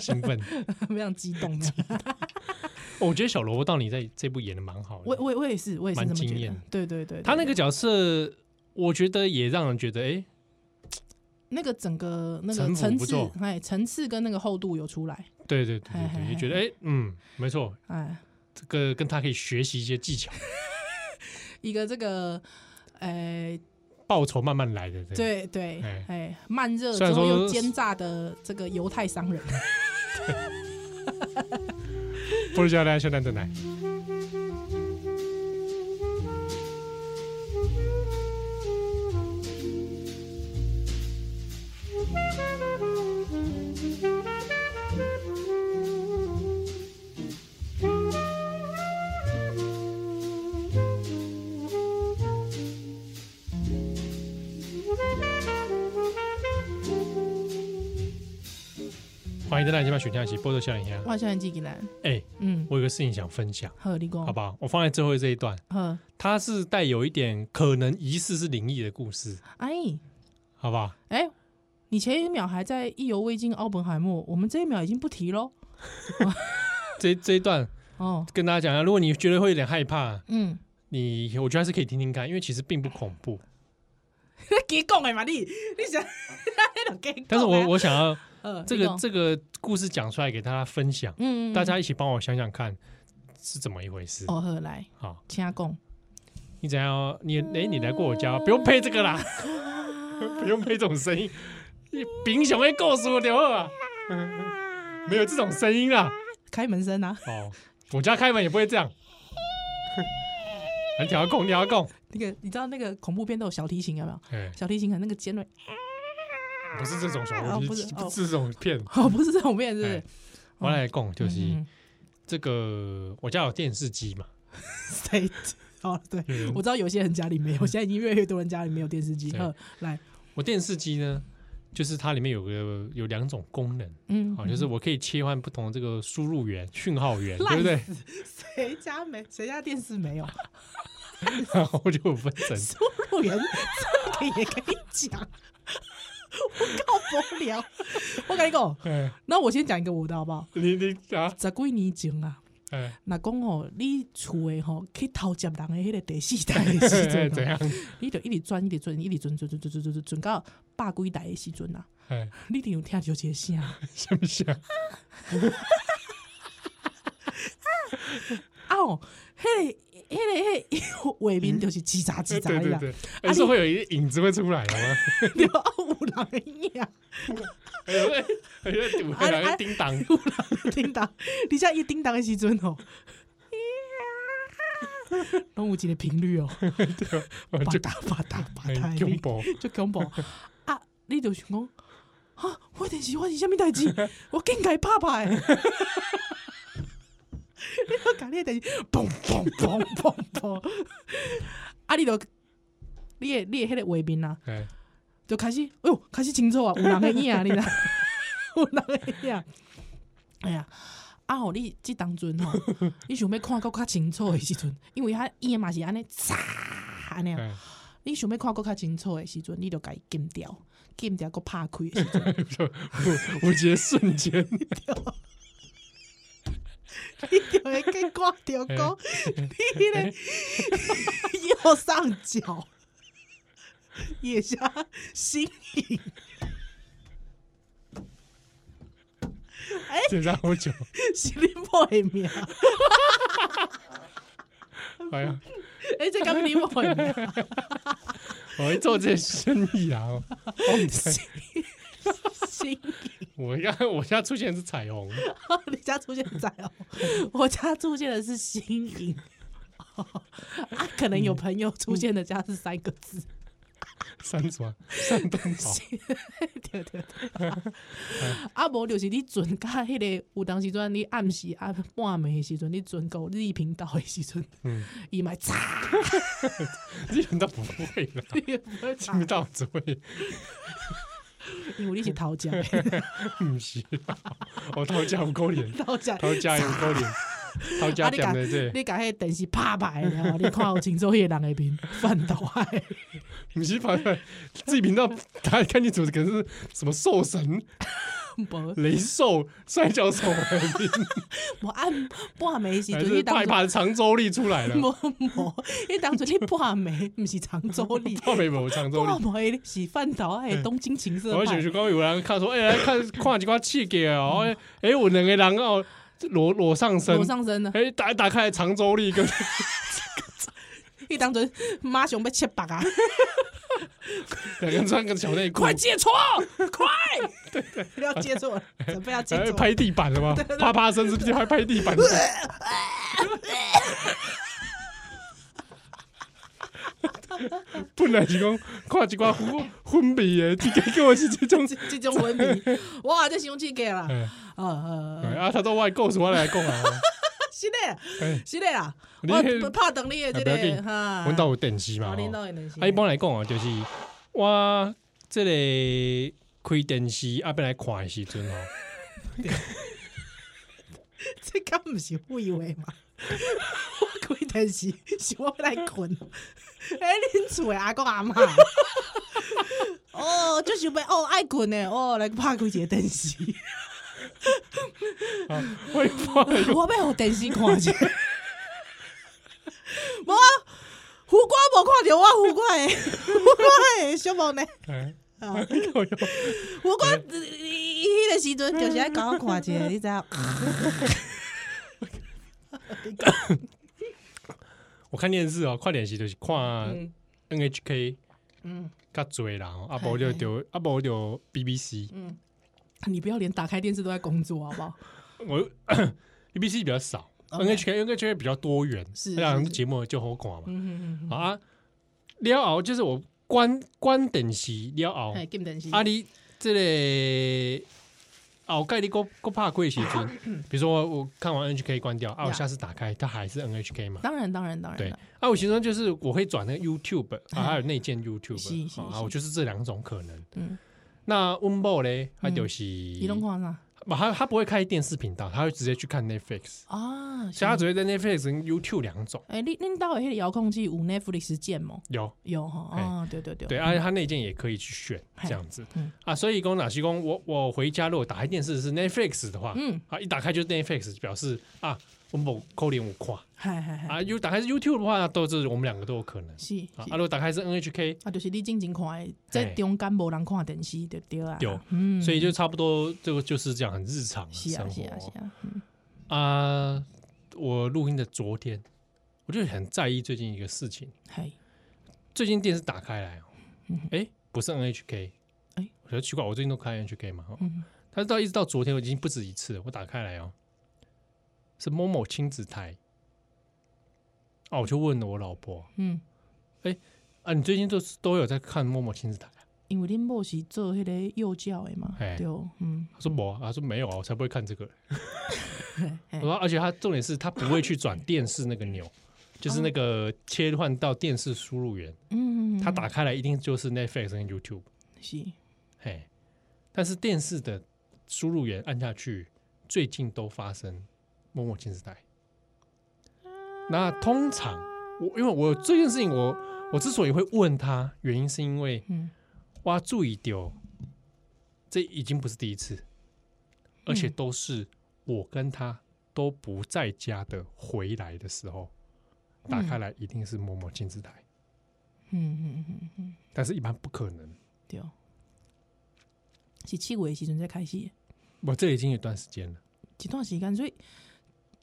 [SPEAKER 2] 兴 奋。
[SPEAKER 3] 非常激动这样。
[SPEAKER 2] 哦我觉得小萝卜到你在这部演的蛮好
[SPEAKER 3] 我
[SPEAKER 2] 的，
[SPEAKER 3] 我我也是，我也是
[SPEAKER 2] 蛮
[SPEAKER 3] 这么
[SPEAKER 2] 惊
[SPEAKER 3] 觉
[SPEAKER 2] 艳
[SPEAKER 3] 得
[SPEAKER 2] 的。
[SPEAKER 3] 对对对，
[SPEAKER 2] 他那
[SPEAKER 3] 对
[SPEAKER 2] 个角色，我觉得也让人觉得，哎，
[SPEAKER 3] 那个整个那
[SPEAKER 2] 城
[SPEAKER 3] 个
[SPEAKER 2] 府
[SPEAKER 3] 层
[SPEAKER 2] 不
[SPEAKER 3] 次
[SPEAKER 2] 错，
[SPEAKER 3] 哎，层次跟那个厚度有出来，
[SPEAKER 2] 对对对对
[SPEAKER 3] 嘿嘿
[SPEAKER 2] 对，
[SPEAKER 3] 嘿
[SPEAKER 2] 也觉得，哎，嗯，没错，
[SPEAKER 3] 哎，
[SPEAKER 2] 这个跟他可以学习一些技巧，
[SPEAKER 3] 一个这个，哎，
[SPEAKER 2] 报酬慢慢来的，对
[SPEAKER 3] 对对
[SPEAKER 2] 哎，
[SPEAKER 3] 哎，慢热
[SPEAKER 2] 虽
[SPEAKER 3] 之
[SPEAKER 2] 然
[SPEAKER 3] 后又
[SPEAKER 2] 说
[SPEAKER 3] 奸诈的这个犹太商人。
[SPEAKER 2] 不如叫大家修蛋的奶。欢迎大家今晚选听起，波多笑一下。
[SPEAKER 3] 哇，现在寄进来，
[SPEAKER 2] 哎、
[SPEAKER 3] 嗯，
[SPEAKER 2] 我有个事情想分享，
[SPEAKER 3] 好，立功
[SPEAKER 2] 好，不好？我放在最后这一段，
[SPEAKER 3] 好，
[SPEAKER 2] 它是带有一点可能疑似是灵异的故事，
[SPEAKER 3] 哎，
[SPEAKER 2] 好不好？
[SPEAKER 3] 哎，你前一秒还在意犹未尽奥本海默，我们这一秒已经不提喽。
[SPEAKER 2] 这这一段
[SPEAKER 3] 哦，
[SPEAKER 2] 跟大家讲一下，如果你觉得会有点害怕，
[SPEAKER 3] 嗯，
[SPEAKER 2] 你我觉得还是可以听听看，因为其实并不恐怖。
[SPEAKER 3] 你给讲的嘛，你 你想，那就给。
[SPEAKER 2] 但是我我想 要
[SPEAKER 3] 呃，
[SPEAKER 2] 这
[SPEAKER 3] 哦你
[SPEAKER 2] 个
[SPEAKER 3] 讲
[SPEAKER 2] 这个故事讲出来给大家分享，
[SPEAKER 3] 嗯，嗯
[SPEAKER 2] 大
[SPEAKER 3] 嗯
[SPEAKER 2] 家一起帮我想想看是怎么一回事。
[SPEAKER 3] 哦，好来，
[SPEAKER 2] 好，
[SPEAKER 3] 请讲。
[SPEAKER 2] 你怎样？你哎、你来过我家，不用配这个 啦，不用配这种声音，你平常会告诉我就好啊， 没有这种声音啊啦。
[SPEAKER 3] 开门声啊，
[SPEAKER 2] 哦，我家开门也不会这样。你调控，调控，
[SPEAKER 3] 那个你知道那个恐怖片都有小提琴有没有？
[SPEAKER 2] 哎，
[SPEAKER 3] 小提琴很那个尖锐，
[SPEAKER 2] 不是这种小
[SPEAKER 3] 哦
[SPEAKER 2] 问题，不
[SPEAKER 3] 不是哦
[SPEAKER 2] 是这种片。
[SPEAKER 3] 哦，不是这种片，是不是
[SPEAKER 2] 哎？我来讲，就是
[SPEAKER 3] 嗯嗯嗯
[SPEAKER 2] 这个，我家有电视机嘛，
[SPEAKER 3] 谁？ 哦，对
[SPEAKER 2] 嗯，
[SPEAKER 3] 我知道有些人家里没有，现在已经越来越多人家里没有电视机。
[SPEAKER 2] 对
[SPEAKER 3] 呵，来，
[SPEAKER 2] 我电视机呢，就是它里面有个有两种功能，
[SPEAKER 3] 嗯，
[SPEAKER 2] 好，就是我可以切换不同的这个输入源、讯号源，对
[SPEAKER 3] 烂
[SPEAKER 2] 不对？
[SPEAKER 3] 谁家没谁家电视没有？
[SPEAKER 2] 然后就有分成，
[SPEAKER 3] 输入员这个也可以讲， 我搞不了。 我跟你讲，
[SPEAKER 2] 哎，
[SPEAKER 3] 那我先讲一个我的好不好？
[SPEAKER 2] 你你啊，
[SPEAKER 3] 十几年前啊，
[SPEAKER 2] 哎，
[SPEAKER 3] 若讲吼，你厝诶吼去偷接人诶迄个第四代诶时
[SPEAKER 2] 哎
[SPEAKER 3] 阵
[SPEAKER 2] 怎
[SPEAKER 3] 哦，
[SPEAKER 2] 样？
[SPEAKER 3] 你就一直转，一直转，一直转，转转转转转转到百几代诶时阵啊，
[SPEAKER 2] 哎，
[SPEAKER 3] 你一定有听到一个声，啊
[SPEAKER 2] 是不是啊？
[SPEAKER 3] 哦，迄个迄个迄个画面就是啊叽喳叽
[SPEAKER 2] 对
[SPEAKER 3] 喳
[SPEAKER 2] 对
[SPEAKER 3] 啦，
[SPEAKER 2] 对，哎，是会有一个影子会出来的吗？
[SPEAKER 3] 对吧？有人诶影，
[SPEAKER 2] 哎呦喂，哎呦，有个人在叮当，
[SPEAKER 3] 有人叮当，你这样一叮当诶时阵吼，拢有一个频率哦，
[SPEAKER 2] 我
[SPEAKER 3] 吧
[SPEAKER 2] 就
[SPEAKER 3] 嗒吧嗒吧
[SPEAKER 2] 很
[SPEAKER 3] 嗒
[SPEAKER 2] 恐
[SPEAKER 3] 的。
[SPEAKER 2] 怖。
[SPEAKER 3] 就恐怖啊！你就想讲，啊，我电 视发生什么代志？我更该拍拍的。你都甲你你的代志，砰砰砰砰砰，啊，你就你的你的迄个画面啊，
[SPEAKER 2] 哎，
[SPEAKER 3] 就开始，哎哟，开始清楚啊，有人的影啊，你知道？ 有人的影，哎呀，啊吼，你即当阵吼，你想要看够较清楚的时阵，因为他影嘛是安尼，嚓安尼啊，
[SPEAKER 2] 哎
[SPEAKER 3] 你想要看够较清楚的时阵，你就家禁掉， 禁掉个拍开的时阵，
[SPEAKER 2] 我觉得瞬间，
[SPEAKER 3] 你就会去挂掉 讲，你咧 右上角腋下心影。
[SPEAKER 2] 这让我久，
[SPEAKER 3] 是你某的 名，
[SPEAKER 2] 哎呀，
[SPEAKER 3] 哎、这敢是你某的名？
[SPEAKER 2] 我会做这些生意啊，哦
[SPEAKER 3] 心
[SPEAKER 2] 我要我现在出现的是彩虹，
[SPEAKER 3] 哦你家出现在哦， 我家出现的是新颖。 啊，可能有朋友出现的家是三个字，
[SPEAKER 2] 三什么三灯草，哦
[SPEAKER 3] 对对对。啊，无就是你准甲迄个有当时阵你暗时啊半暝的时阵，你准到日频道的时阵，
[SPEAKER 2] 嗯，
[SPEAKER 3] 伊嘛 嚓，
[SPEAKER 2] 日本倒不会啦，
[SPEAKER 3] 你也不会
[SPEAKER 2] 日本
[SPEAKER 3] 嚓，
[SPEAKER 2] 倒只会
[SPEAKER 3] 因为你是 头家，
[SPEAKER 2] 唔是啦，我头家有够脸，
[SPEAKER 3] 头家。
[SPEAKER 2] 头家有够脸，头家讲的这，
[SPEAKER 3] 你甲迄电视拍牌了，你看有清楚迄个人的面翻倒来。
[SPEAKER 2] 不是跑出来自己频道，他看清楚可能是什么兽神、
[SPEAKER 3] 无，
[SPEAKER 2] 雷兽、摔跤手来宾，
[SPEAKER 3] 无按半暝时
[SPEAKER 2] 还
[SPEAKER 3] 阵，
[SPEAKER 2] 是
[SPEAKER 3] 你当
[SPEAKER 2] 派
[SPEAKER 3] 初
[SPEAKER 2] 把长周力出来了，
[SPEAKER 3] 无无，你当初你半暝毋是常州 里，
[SPEAKER 2] 泡美某长周
[SPEAKER 3] 半
[SPEAKER 2] 力。
[SPEAKER 3] 暝是范岛诶东京情 色
[SPEAKER 2] 我
[SPEAKER 3] 派
[SPEAKER 2] 想，是讲有人看说，哎、欸，来看看一寡刺激的哦，哎、欸，有两个人哦，裸裸上身
[SPEAKER 3] 裸，上身呢，
[SPEAKER 2] 哎、打打开长周力跟
[SPEAKER 3] 你当初马上要切白 啊！
[SPEAKER 2] 两个人穿个小内裤，
[SPEAKER 3] 快接 错，快！对对，要接 错了，准备要接
[SPEAKER 2] 还
[SPEAKER 3] 错。
[SPEAKER 2] 哎拍地板了吗？啪啪声是不是还拍地板？本来是讲看一寡昏昏迷的，这个给我是这种
[SPEAKER 3] 这，这种 文明，哇，这形容词给啦，
[SPEAKER 2] 哎、
[SPEAKER 3] 呃呃，
[SPEAKER 2] 啊，他都外告诉我来讲啊，
[SPEAKER 3] 是的，
[SPEAKER 2] 哎、
[SPEAKER 3] 是的啦，
[SPEAKER 2] 你
[SPEAKER 3] 我怕等你的这
[SPEAKER 2] 啊不要紧
[SPEAKER 3] 个哈，哦
[SPEAKER 2] 我到有电视嘛
[SPEAKER 3] 好，，
[SPEAKER 2] 吼
[SPEAKER 3] 领导的东西
[SPEAKER 2] 啊，一般来讲哦，就是我这个开电视啊，本来看的时阵哦，
[SPEAKER 3] 这敢毋是废话嘛？我开电视是我要来困，哎、恁厝的阿公阿 嬷哦，就想要哦爱困的哦，来拍开一个电视，
[SPEAKER 2] 啊，我一般来
[SPEAKER 3] 我要互电视看者。 无啊，胡瓜无看着我胡瓜的，胡瓜的小毛呢？
[SPEAKER 2] 哎
[SPEAKER 3] 啊，
[SPEAKER 2] 哎呦
[SPEAKER 3] 胡瓜呃伊迄个时阵就是爱甲我看者， 你知道？
[SPEAKER 2] 我看电视哦，看电视就是看
[SPEAKER 3] 嗯
[SPEAKER 2] NHK
[SPEAKER 3] 嗯
[SPEAKER 2] 较侪啦，吼啊，无就就啊，无就 BBC，
[SPEAKER 3] 嗯，你不要连打开电视都在工作好不好？
[SPEAKER 2] 我 BBC 比较少
[SPEAKER 3] OK
[SPEAKER 2] ，NHK NHK 比较多元，
[SPEAKER 3] 哦是
[SPEAKER 2] 那
[SPEAKER 3] 是
[SPEAKER 2] 样
[SPEAKER 3] 是
[SPEAKER 2] 节目就好看嘛，
[SPEAKER 3] 嗯嗯嗯
[SPEAKER 2] 啊，了后就是我关关电视了后
[SPEAKER 3] 嗯，。哎，禁电视。
[SPEAKER 2] 啊，你这个啊，我盖你够够怕贵时 阵，比如说我我看完 NHK 关掉，啊，我
[SPEAKER 3] 呀
[SPEAKER 2] 下次打开它还是 NHK 嘛。
[SPEAKER 3] 当然，当然，当然。
[SPEAKER 2] 对，
[SPEAKER 3] 哎
[SPEAKER 2] 啊，我其中就是我会转那个 YouTube 啊，还有内建
[SPEAKER 3] 是是
[SPEAKER 2] YouTube 啊，
[SPEAKER 3] 是
[SPEAKER 2] 我就是这两种可能。
[SPEAKER 3] 嗯，
[SPEAKER 2] 那 Winbo 嘞，它就是
[SPEAKER 3] 移动看啥
[SPEAKER 2] 不它它不会开电视频道，它会直接去看 Netflix，
[SPEAKER 3] 啊？
[SPEAKER 2] 所以它
[SPEAKER 3] 是
[SPEAKER 2] 只会在 Netflix 跟 YouTube 两种
[SPEAKER 3] 哎，恁恁到迄个遥控器有 Netflix 键吗？
[SPEAKER 2] 有。
[SPEAKER 3] 有哈
[SPEAKER 2] 哎
[SPEAKER 3] 啊，对对对，
[SPEAKER 2] 对，而且它内建也可以去选
[SPEAKER 3] 嘿
[SPEAKER 2] 这样子
[SPEAKER 3] 嗯
[SPEAKER 2] 啊，所以公哪西公，我我回家如果打开电视是 Netflix 的话，
[SPEAKER 3] 嗯，
[SPEAKER 2] 啊，一打开就是 Netflix，表示啊，我们扣连五跨
[SPEAKER 3] 嗨嗨嗨，
[SPEAKER 2] 啊，有打开是 YouTube 的话，都是我们两个都有可能
[SPEAKER 3] 是是
[SPEAKER 2] 啊。啊，如果打开是 NHK，
[SPEAKER 3] 啊，就是你静静看的，在中间无人看电视对不对啊？
[SPEAKER 2] 有
[SPEAKER 3] 嗯，
[SPEAKER 2] 所以就差不多这个就是这样很日常的
[SPEAKER 3] 是啊
[SPEAKER 2] 生
[SPEAKER 3] 是啊是
[SPEAKER 2] 活
[SPEAKER 3] 啊，嗯
[SPEAKER 2] 啊。我录音的昨天，我就很在意最近一个事情，
[SPEAKER 3] 嗨，
[SPEAKER 2] 最近电视打开来哦
[SPEAKER 3] 嗯，
[SPEAKER 2] 哎，不是 NHK，
[SPEAKER 3] 哎，
[SPEAKER 2] 我觉得奇怪，我最近都看 NHK 嘛，哦
[SPEAKER 3] 嗯，
[SPEAKER 2] 但是到一直到昨天，我已经不止一次了。我打开来哦，是某某亲子台。啊，我就问了我老婆
[SPEAKER 3] 嗯，
[SPEAKER 2] 啊，你最近都是都有在看某某亲子台啊？
[SPEAKER 3] 因为恁某是做迄个幼教的嘛，
[SPEAKER 2] 哎
[SPEAKER 3] 对，嗯，
[SPEAKER 2] 她说没啊，她说没有啊，我才不会看这个。
[SPEAKER 3] 嘿嘿
[SPEAKER 2] 然后而且他重点是他不会去转电视那个钮，就是那个切换到电视输入源，
[SPEAKER 3] 嗯，
[SPEAKER 2] 他打开来一定就是 Netflix 跟 YouTube，
[SPEAKER 3] 是
[SPEAKER 2] 嘿，但是电视的输入源按下去，最近都发生某某电视台。那通常我因为我这件事情我，我之所以会问他，原因是因为
[SPEAKER 3] 嗯
[SPEAKER 2] 哇注意丢，这已经不是第一次，而且都是我跟他都不在家的回来的时候，打开来一定是某某电视台，
[SPEAKER 3] 嗯嗯嗯嗯，
[SPEAKER 2] 但是一般不可能。
[SPEAKER 3] 对，是七月的时阵才开始的，
[SPEAKER 2] 我这已经有一段时间了。
[SPEAKER 3] 一段时间，所以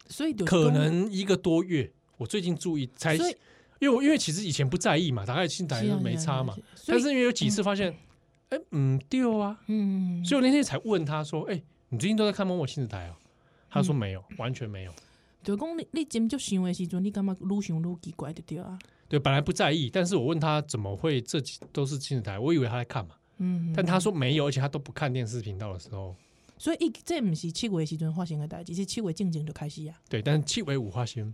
[SPEAKER 3] 所以就是
[SPEAKER 2] 可
[SPEAKER 3] 讲
[SPEAKER 2] 能一个多月。我最近注意才，
[SPEAKER 3] 所以
[SPEAKER 2] 因为我因为其实以前不在意嘛，大概新台
[SPEAKER 3] 是啊
[SPEAKER 2] 就没差嘛。，
[SPEAKER 3] 是啊是啊
[SPEAKER 2] 但是
[SPEAKER 3] 所以
[SPEAKER 2] 因为有几次发现，哎、嗯，对啊，
[SPEAKER 3] 嗯，
[SPEAKER 2] 所以我那天才问他说，哎、你最近都在看某某新子台哦？他说没有，
[SPEAKER 3] 嗯
[SPEAKER 2] 完全没有。
[SPEAKER 3] 就讲你你今就想的时阵，你感觉愈想愈奇怪就对啊，
[SPEAKER 2] 对，本来不在意，但是我问他怎么会这几都是新子台，我以为他在看嘛，
[SPEAKER 3] 嗯，
[SPEAKER 2] 但他说没有，而且他都不看电视频道的时候，
[SPEAKER 3] 所以伊这毋是七月的时阵发生的代志，是七月进前就开始啊，
[SPEAKER 2] 对，但是七尾五花仙，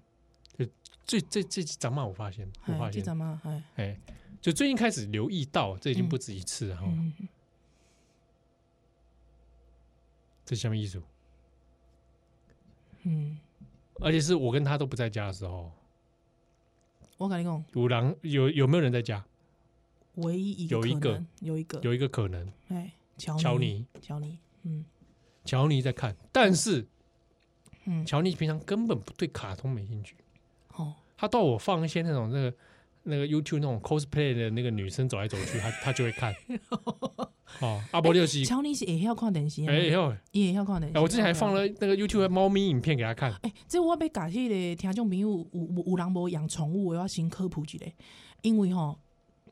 [SPEAKER 2] 对，这这这咱嘛五花仙，五
[SPEAKER 3] 哎
[SPEAKER 2] 花
[SPEAKER 3] 这
[SPEAKER 2] 仙，
[SPEAKER 3] 阵嘛，哎，
[SPEAKER 2] 哎，就最近开始留意到，这已经
[SPEAKER 3] 嗯
[SPEAKER 2] 不止一次了哈。
[SPEAKER 3] 嗯，
[SPEAKER 2] 这是什么意思？
[SPEAKER 3] 嗯，
[SPEAKER 2] 而且是我跟他都不在家的时候，
[SPEAKER 3] 我跟你讲，
[SPEAKER 2] 有狼有有没有人在家？
[SPEAKER 3] 唯一一个
[SPEAKER 2] 有一
[SPEAKER 3] 可
[SPEAKER 2] 个
[SPEAKER 3] 能有一个
[SPEAKER 2] 有一个可能，
[SPEAKER 3] 哎，乔
[SPEAKER 2] 乔尼，
[SPEAKER 3] 乔尼，嗯
[SPEAKER 2] 乔尼在看，但是
[SPEAKER 3] 嗯，
[SPEAKER 2] 乔尼平常根本不对卡通没兴趣，
[SPEAKER 3] 哦，
[SPEAKER 2] 他到我放一些那种那个那个 YouTube 那种 cosplay 的那个女生走来走去，他他就会 看。哦，阿伯六七，
[SPEAKER 3] 哎乔尼是啊会晓看电视的吗，
[SPEAKER 2] 哎呦，哎
[SPEAKER 3] 伊会晓看电视。啊
[SPEAKER 2] 我之前还放了那个 YouTube 的猫咪影片给他看，
[SPEAKER 3] 哎、这我要甲迄个听众朋友有有有人无养宠物的，我要先科普一下，因为吼，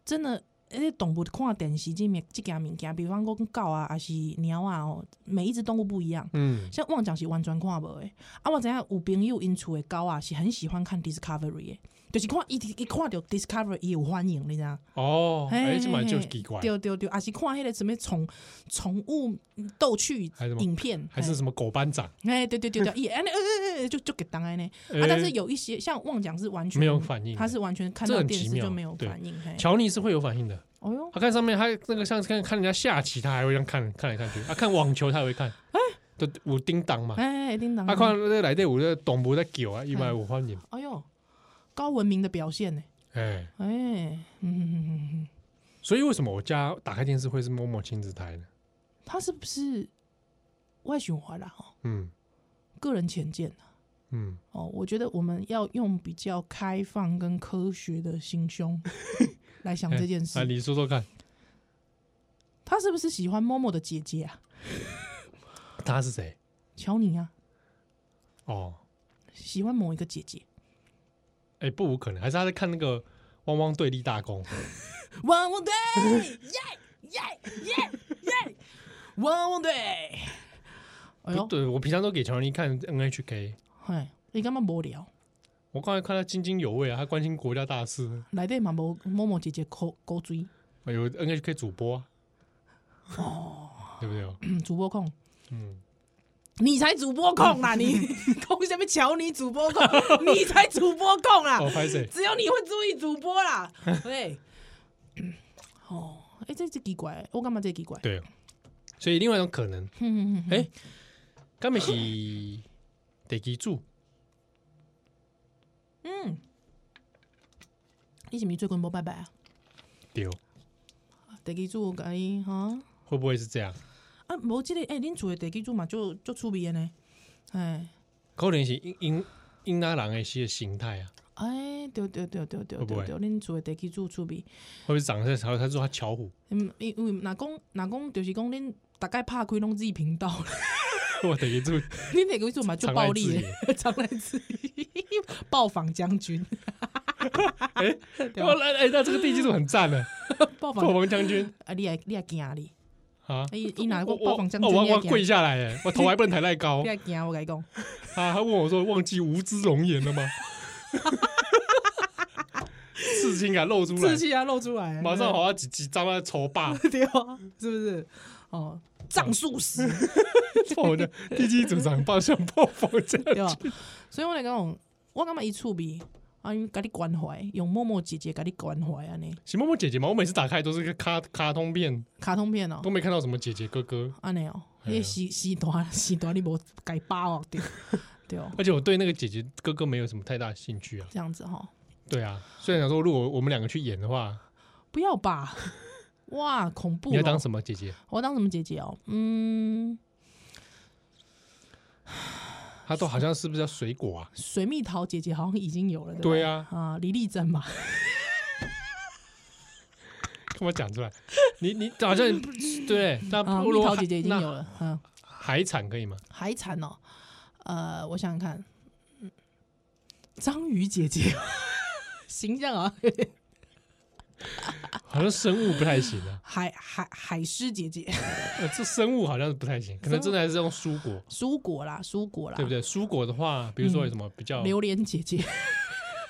[SPEAKER 3] 真的，迄个动物看电视这面这件物件，比方讲狗啊，还是猫啊，哦，每一只动物不一样。
[SPEAKER 2] 嗯，
[SPEAKER 3] 像旺讲是完全看无的，啊，我知影有朋友因厝的狗啊，是很喜欢看 Discovery 的，就是看伊伊看到 Discovery 伊有反应，你知影？
[SPEAKER 2] 哦，哎，这蛮
[SPEAKER 3] 嘿
[SPEAKER 2] 就
[SPEAKER 3] 嘿
[SPEAKER 2] 是奇怪，
[SPEAKER 3] 对对对，啊是看迄个什么宠宠物逗趣
[SPEAKER 2] 还是什么
[SPEAKER 3] 影片，
[SPEAKER 2] 还是什么狗班长？
[SPEAKER 3] 哎、对对对对，也哎那呃呃就就给当安呢。啊，
[SPEAKER 2] 哎
[SPEAKER 3] 但是有一些像旺讲是完全
[SPEAKER 2] 没有反应
[SPEAKER 3] 他是完全看
[SPEAKER 2] 这
[SPEAKER 3] 到
[SPEAKER 2] 很
[SPEAKER 3] 电
[SPEAKER 2] 奇
[SPEAKER 3] 视
[SPEAKER 2] 妙
[SPEAKER 3] 就没有
[SPEAKER 2] 对
[SPEAKER 3] 反应。嘿，
[SPEAKER 2] 乔尼是会有反应的。
[SPEAKER 3] 哦哟，
[SPEAKER 2] 他看上面，他那个像是看看人家下棋，他还会这样看看来看去。他、看网球，他也会看。
[SPEAKER 3] 啊
[SPEAKER 2] 都有叮当嘛。
[SPEAKER 3] 哎、哎，叮当，
[SPEAKER 2] 他、看那个内底有个动物在叫啊，一百五欢迎。
[SPEAKER 3] 哎呦，高文明的表现呢？
[SPEAKER 2] 哎、
[SPEAKER 3] 哎、嗯嗯嗯嗯嗯，
[SPEAKER 2] 所以为什么我家打开电视会是某某亲子台呢？
[SPEAKER 3] 他是不是外循环啦？哦，
[SPEAKER 2] 嗯
[SPEAKER 3] 个人浅见啊
[SPEAKER 2] 嗯，
[SPEAKER 3] 哦，我觉得我们要用比较开放跟科学的心胸来想这件
[SPEAKER 2] 啊，
[SPEAKER 3] 事。
[SPEAKER 2] 你说说看，
[SPEAKER 3] 他是不是喜欢默默的姐姐啊？
[SPEAKER 2] 他是谁？
[SPEAKER 3] 乔尼啊，
[SPEAKER 2] 哦，
[SPEAKER 3] 喜欢某一个姐姐。
[SPEAKER 2] 哎、不无可能，还是他在看那个汪汪队立大功？
[SPEAKER 3] 汪汪队，耶耶耶耶，汪汪队。哎
[SPEAKER 2] 不
[SPEAKER 3] 呦，
[SPEAKER 2] 对，我平常都给乔尼看 NHK，
[SPEAKER 3] 嘿，你感觉无聊？
[SPEAKER 2] 我刚才看他津津有味啊，他关心国家大事，
[SPEAKER 3] 内底嘛无某某姐姐口口水，
[SPEAKER 2] 有 NHK 主播、啊，哦， 对不对？
[SPEAKER 3] 嗯主播控，
[SPEAKER 2] 嗯，
[SPEAKER 3] 你才主播控啦！你控什么瞧你主播控？你才主播控啦！
[SPEAKER 2] 哦，拍谁？
[SPEAKER 3] 只有你会注意主播啦。对，哦，哎、这这奇怪，我感觉这奇怪。
[SPEAKER 2] 对，所以另外一种可能，
[SPEAKER 3] 嗯嗯嗯，
[SPEAKER 2] 哎、根本是得记住，
[SPEAKER 3] 你是不是最近无拜拜啊？
[SPEAKER 2] 对，
[SPEAKER 3] 地基主甲伊哈。
[SPEAKER 2] 会不会是这样？
[SPEAKER 3] 啊，无即、个，哎、恁厝的地基主嘛，就就趣味的呢。哎，
[SPEAKER 2] 可能是因因因那人的一些形态啊，
[SPEAKER 3] 哎，对对对对对
[SPEAKER 2] 会不会
[SPEAKER 3] 对对，恁厝的地基主趣味。
[SPEAKER 2] 会不会长得像他说他巧虎，
[SPEAKER 3] 嗯，因因为若讲若讲，就是讲恁大概拍开拢自己频道，
[SPEAKER 2] 我得记住，
[SPEAKER 3] 恁地基主嘛就暴力
[SPEAKER 2] 常来
[SPEAKER 3] 的，常来自己暴坊将军，对 啊
[SPEAKER 2] 哇，来哎，那这个地基组很赞的，
[SPEAKER 3] 暴
[SPEAKER 2] 破
[SPEAKER 3] 坊
[SPEAKER 2] 王将军
[SPEAKER 3] 啊，你也你也惊哩，
[SPEAKER 2] 啊，
[SPEAKER 3] 伊伊哪个
[SPEAKER 2] 我
[SPEAKER 3] 暴
[SPEAKER 2] 我
[SPEAKER 3] 坊将
[SPEAKER 2] 哦
[SPEAKER 3] 军
[SPEAKER 2] 我
[SPEAKER 3] 你
[SPEAKER 2] 我
[SPEAKER 3] 也
[SPEAKER 2] 跪
[SPEAKER 3] 惊，
[SPEAKER 2] 下来 哎，我头还不能抬太高
[SPEAKER 3] 你也惊，我甲你讲，
[SPEAKER 2] 啊，他问我说忘记无知容颜了 吗？刺青啊，露出来
[SPEAKER 3] 志，气啊露出来，
[SPEAKER 2] 马 上好像几几张啊，丑霸，
[SPEAKER 3] 哦
[SPEAKER 2] 哦
[SPEAKER 3] 对啊，是不是？哦，藏术师，
[SPEAKER 2] 我的第七组长爆像破风这
[SPEAKER 3] 对
[SPEAKER 2] 样
[SPEAKER 3] 吧？ 所以我来讲，我感觉伊趣味啊，因为甲你关怀，用默默姐姐甲你关怀安尼，
[SPEAKER 2] 喜默默姐姐嘛，我每次打开都是个卡卡通片，
[SPEAKER 3] 卡通片哦、
[SPEAKER 2] 都没看到什么姐姐哥哥。
[SPEAKER 3] 安尼哦，
[SPEAKER 2] 嘿啊
[SPEAKER 3] 你时时段时段你无改把握对对哦，
[SPEAKER 2] 而且我对那个姐姐哥哥没有什么太大兴趣啊。
[SPEAKER 3] 这样子哈，
[SPEAKER 2] 对啊，虽然想说如果我们两个去演的话，
[SPEAKER 3] 不要吧，哇，恐怖、
[SPEAKER 2] 你要当
[SPEAKER 3] 哦！
[SPEAKER 2] 什么姐姐？
[SPEAKER 3] 我要当什么姐姐哦？嗯，
[SPEAKER 2] 她都好像是不是叫水果啊？
[SPEAKER 3] 水蜜桃姐姐好像已经有了，对不
[SPEAKER 2] 对
[SPEAKER 3] 对
[SPEAKER 2] 啊，
[SPEAKER 3] 啊，李丽珍吧，
[SPEAKER 2] 跟我讲出来，你你 好像不对，那
[SPEAKER 3] 啊，
[SPEAKER 2] 如
[SPEAKER 3] 蜜
[SPEAKER 2] 果
[SPEAKER 3] 桃
[SPEAKER 2] 海
[SPEAKER 3] 姐姐已经
[SPEAKER 2] 那
[SPEAKER 3] 有了，嗯，
[SPEAKER 2] 海产可以吗？
[SPEAKER 3] 海产哦，呃，我想想看，嗯，章鱼姐姐 形象啊，
[SPEAKER 2] 好像生物不太行啊，
[SPEAKER 3] 海海海狮姐姐，
[SPEAKER 2] 呃这生物好像是不太行，可能真的还是用蔬果，
[SPEAKER 3] 蔬果啦，蔬果啦，
[SPEAKER 2] 对不对？蔬果的话，比如说有什么比较
[SPEAKER 3] 榴莲姐姐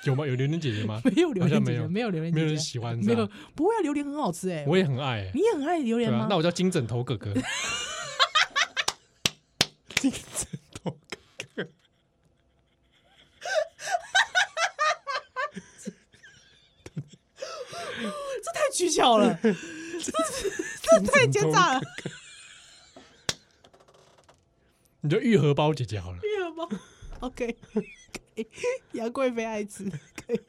[SPEAKER 2] 有吗？有榴莲姐姐吗？
[SPEAKER 3] 嗯 没有榴
[SPEAKER 2] 好像
[SPEAKER 3] 莲姐
[SPEAKER 2] 没
[SPEAKER 3] 姐，
[SPEAKER 2] 有
[SPEAKER 3] 没有榴莲
[SPEAKER 2] 没有
[SPEAKER 3] 姐
[SPEAKER 2] 人
[SPEAKER 3] 姐，
[SPEAKER 2] 喜欢，
[SPEAKER 3] 没
[SPEAKER 2] 这
[SPEAKER 3] 有
[SPEAKER 2] 样。
[SPEAKER 3] 不会啊，榴莲很好吃哎、
[SPEAKER 2] 我也很爱欸，
[SPEAKER 3] 你也很爱榴
[SPEAKER 2] 对
[SPEAKER 3] 莲
[SPEAKER 2] 啊
[SPEAKER 3] 吗？，
[SPEAKER 2] 那我叫金枕头哥哥，金枕头哥哥。
[SPEAKER 3] 这 太取 巧了，这这这太奸诈了，
[SPEAKER 2] 你就玉荷包姐姐好 了，
[SPEAKER 3] 可以了吗？OK，可 以杨贵妃爱吃，可以。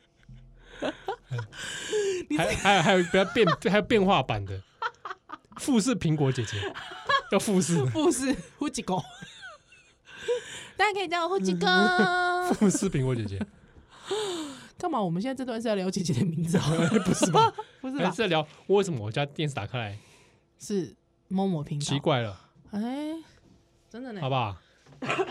[SPEAKER 2] 还还有还有不要变，还有变化版的，富士苹果姐姐，要富士的
[SPEAKER 3] 不是胡几狗，大家可以叫我胡几 哥。
[SPEAKER 2] 富士苹果姐姐，
[SPEAKER 3] 干嘛？我们现在这段是要聊姐姐的名字哦，
[SPEAKER 2] 不是吧？
[SPEAKER 3] 不是
[SPEAKER 2] 还
[SPEAKER 3] 吧
[SPEAKER 2] 哎是？在聊为什么我家电视打开来
[SPEAKER 3] 是某某频
[SPEAKER 2] 奇
[SPEAKER 3] 道。
[SPEAKER 2] 怪了，
[SPEAKER 3] 哎，真的呢
[SPEAKER 2] 好。不 好？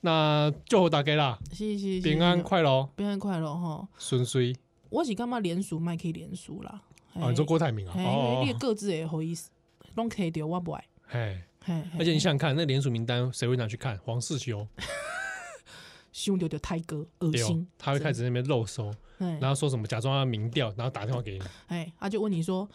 [SPEAKER 2] 那就大家啦，
[SPEAKER 3] 是是是，
[SPEAKER 2] 平安
[SPEAKER 3] 是
[SPEAKER 2] 快乐，哦
[SPEAKER 3] 平安快乐哈！
[SPEAKER 2] 顺遂
[SPEAKER 3] 我是干嘛连署麦可以连署啦？
[SPEAKER 2] 啊！你说郭台铭啊？
[SPEAKER 3] 嘿，因
[SPEAKER 2] 哦
[SPEAKER 3] 为你
[SPEAKER 2] 哦，
[SPEAKER 3] 的
[SPEAKER 2] 哦
[SPEAKER 3] 各自也好意思，拢可以掉我不爱。
[SPEAKER 2] 嘿，
[SPEAKER 3] 嘿，
[SPEAKER 2] 而且你想想看，那联署名单谁会拿去看？黄世修，
[SPEAKER 3] 凶丢丢泰哥，恶
[SPEAKER 2] 对哦
[SPEAKER 3] 心，。
[SPEAKER 2] 他会开始在那边漏收，
[SPEAKER 3] 哎
[SPEAKER 2] 然后说什么假装要民调，然后打电话给你，
[SPEAKER 3] 哎，他就问你说，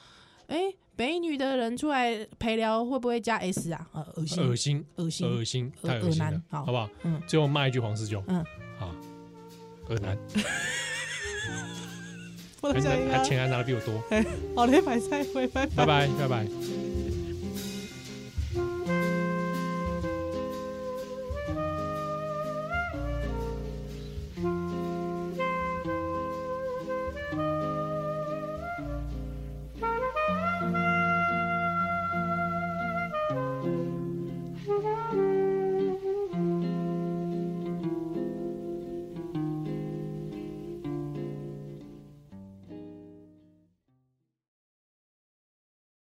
[SPEAKER 3] 哎，北女的人出来陪聊会不会加 S 啊？呃，恶
[SPEAKER 2] 恶
[SPEAKER 3] 心，
[SPEAKER 2] 心，
[SPEAKER 3] 恶心，
[SPEAKER 2] 恶心，
[SPEAKER 3] 恶
[SPEAKER 2] 太恶心
[SPEAKER 3] 恶
[SPEAKER 2] 了
[SPEAKER 3] 男，
[SPEAKER 2] 好
[SPEAKER 3] 好
[SPEAKER 2] 不好？
[SPEAKER 3] 嗯
[SPEAKER 2] 最后骂一句黄世修，
[SPEAKER 3] 嗯，
[SPEAKER 2] 好，恶男，
[SPEAKER 3] 我
[SPEAKER 2] 还
[SPEAKER 3] 都想
[SPEAKER 2] 还
[SPEAKER 3] 要
[SPEAKER 2] 钱还拿的比我多，
[SPEAKER 3] 啊哦好嘞，白菜会，拜拜
[SPEAKER 2] 拜。拜，拜拜。
[SPEAKER 3] 拜拜。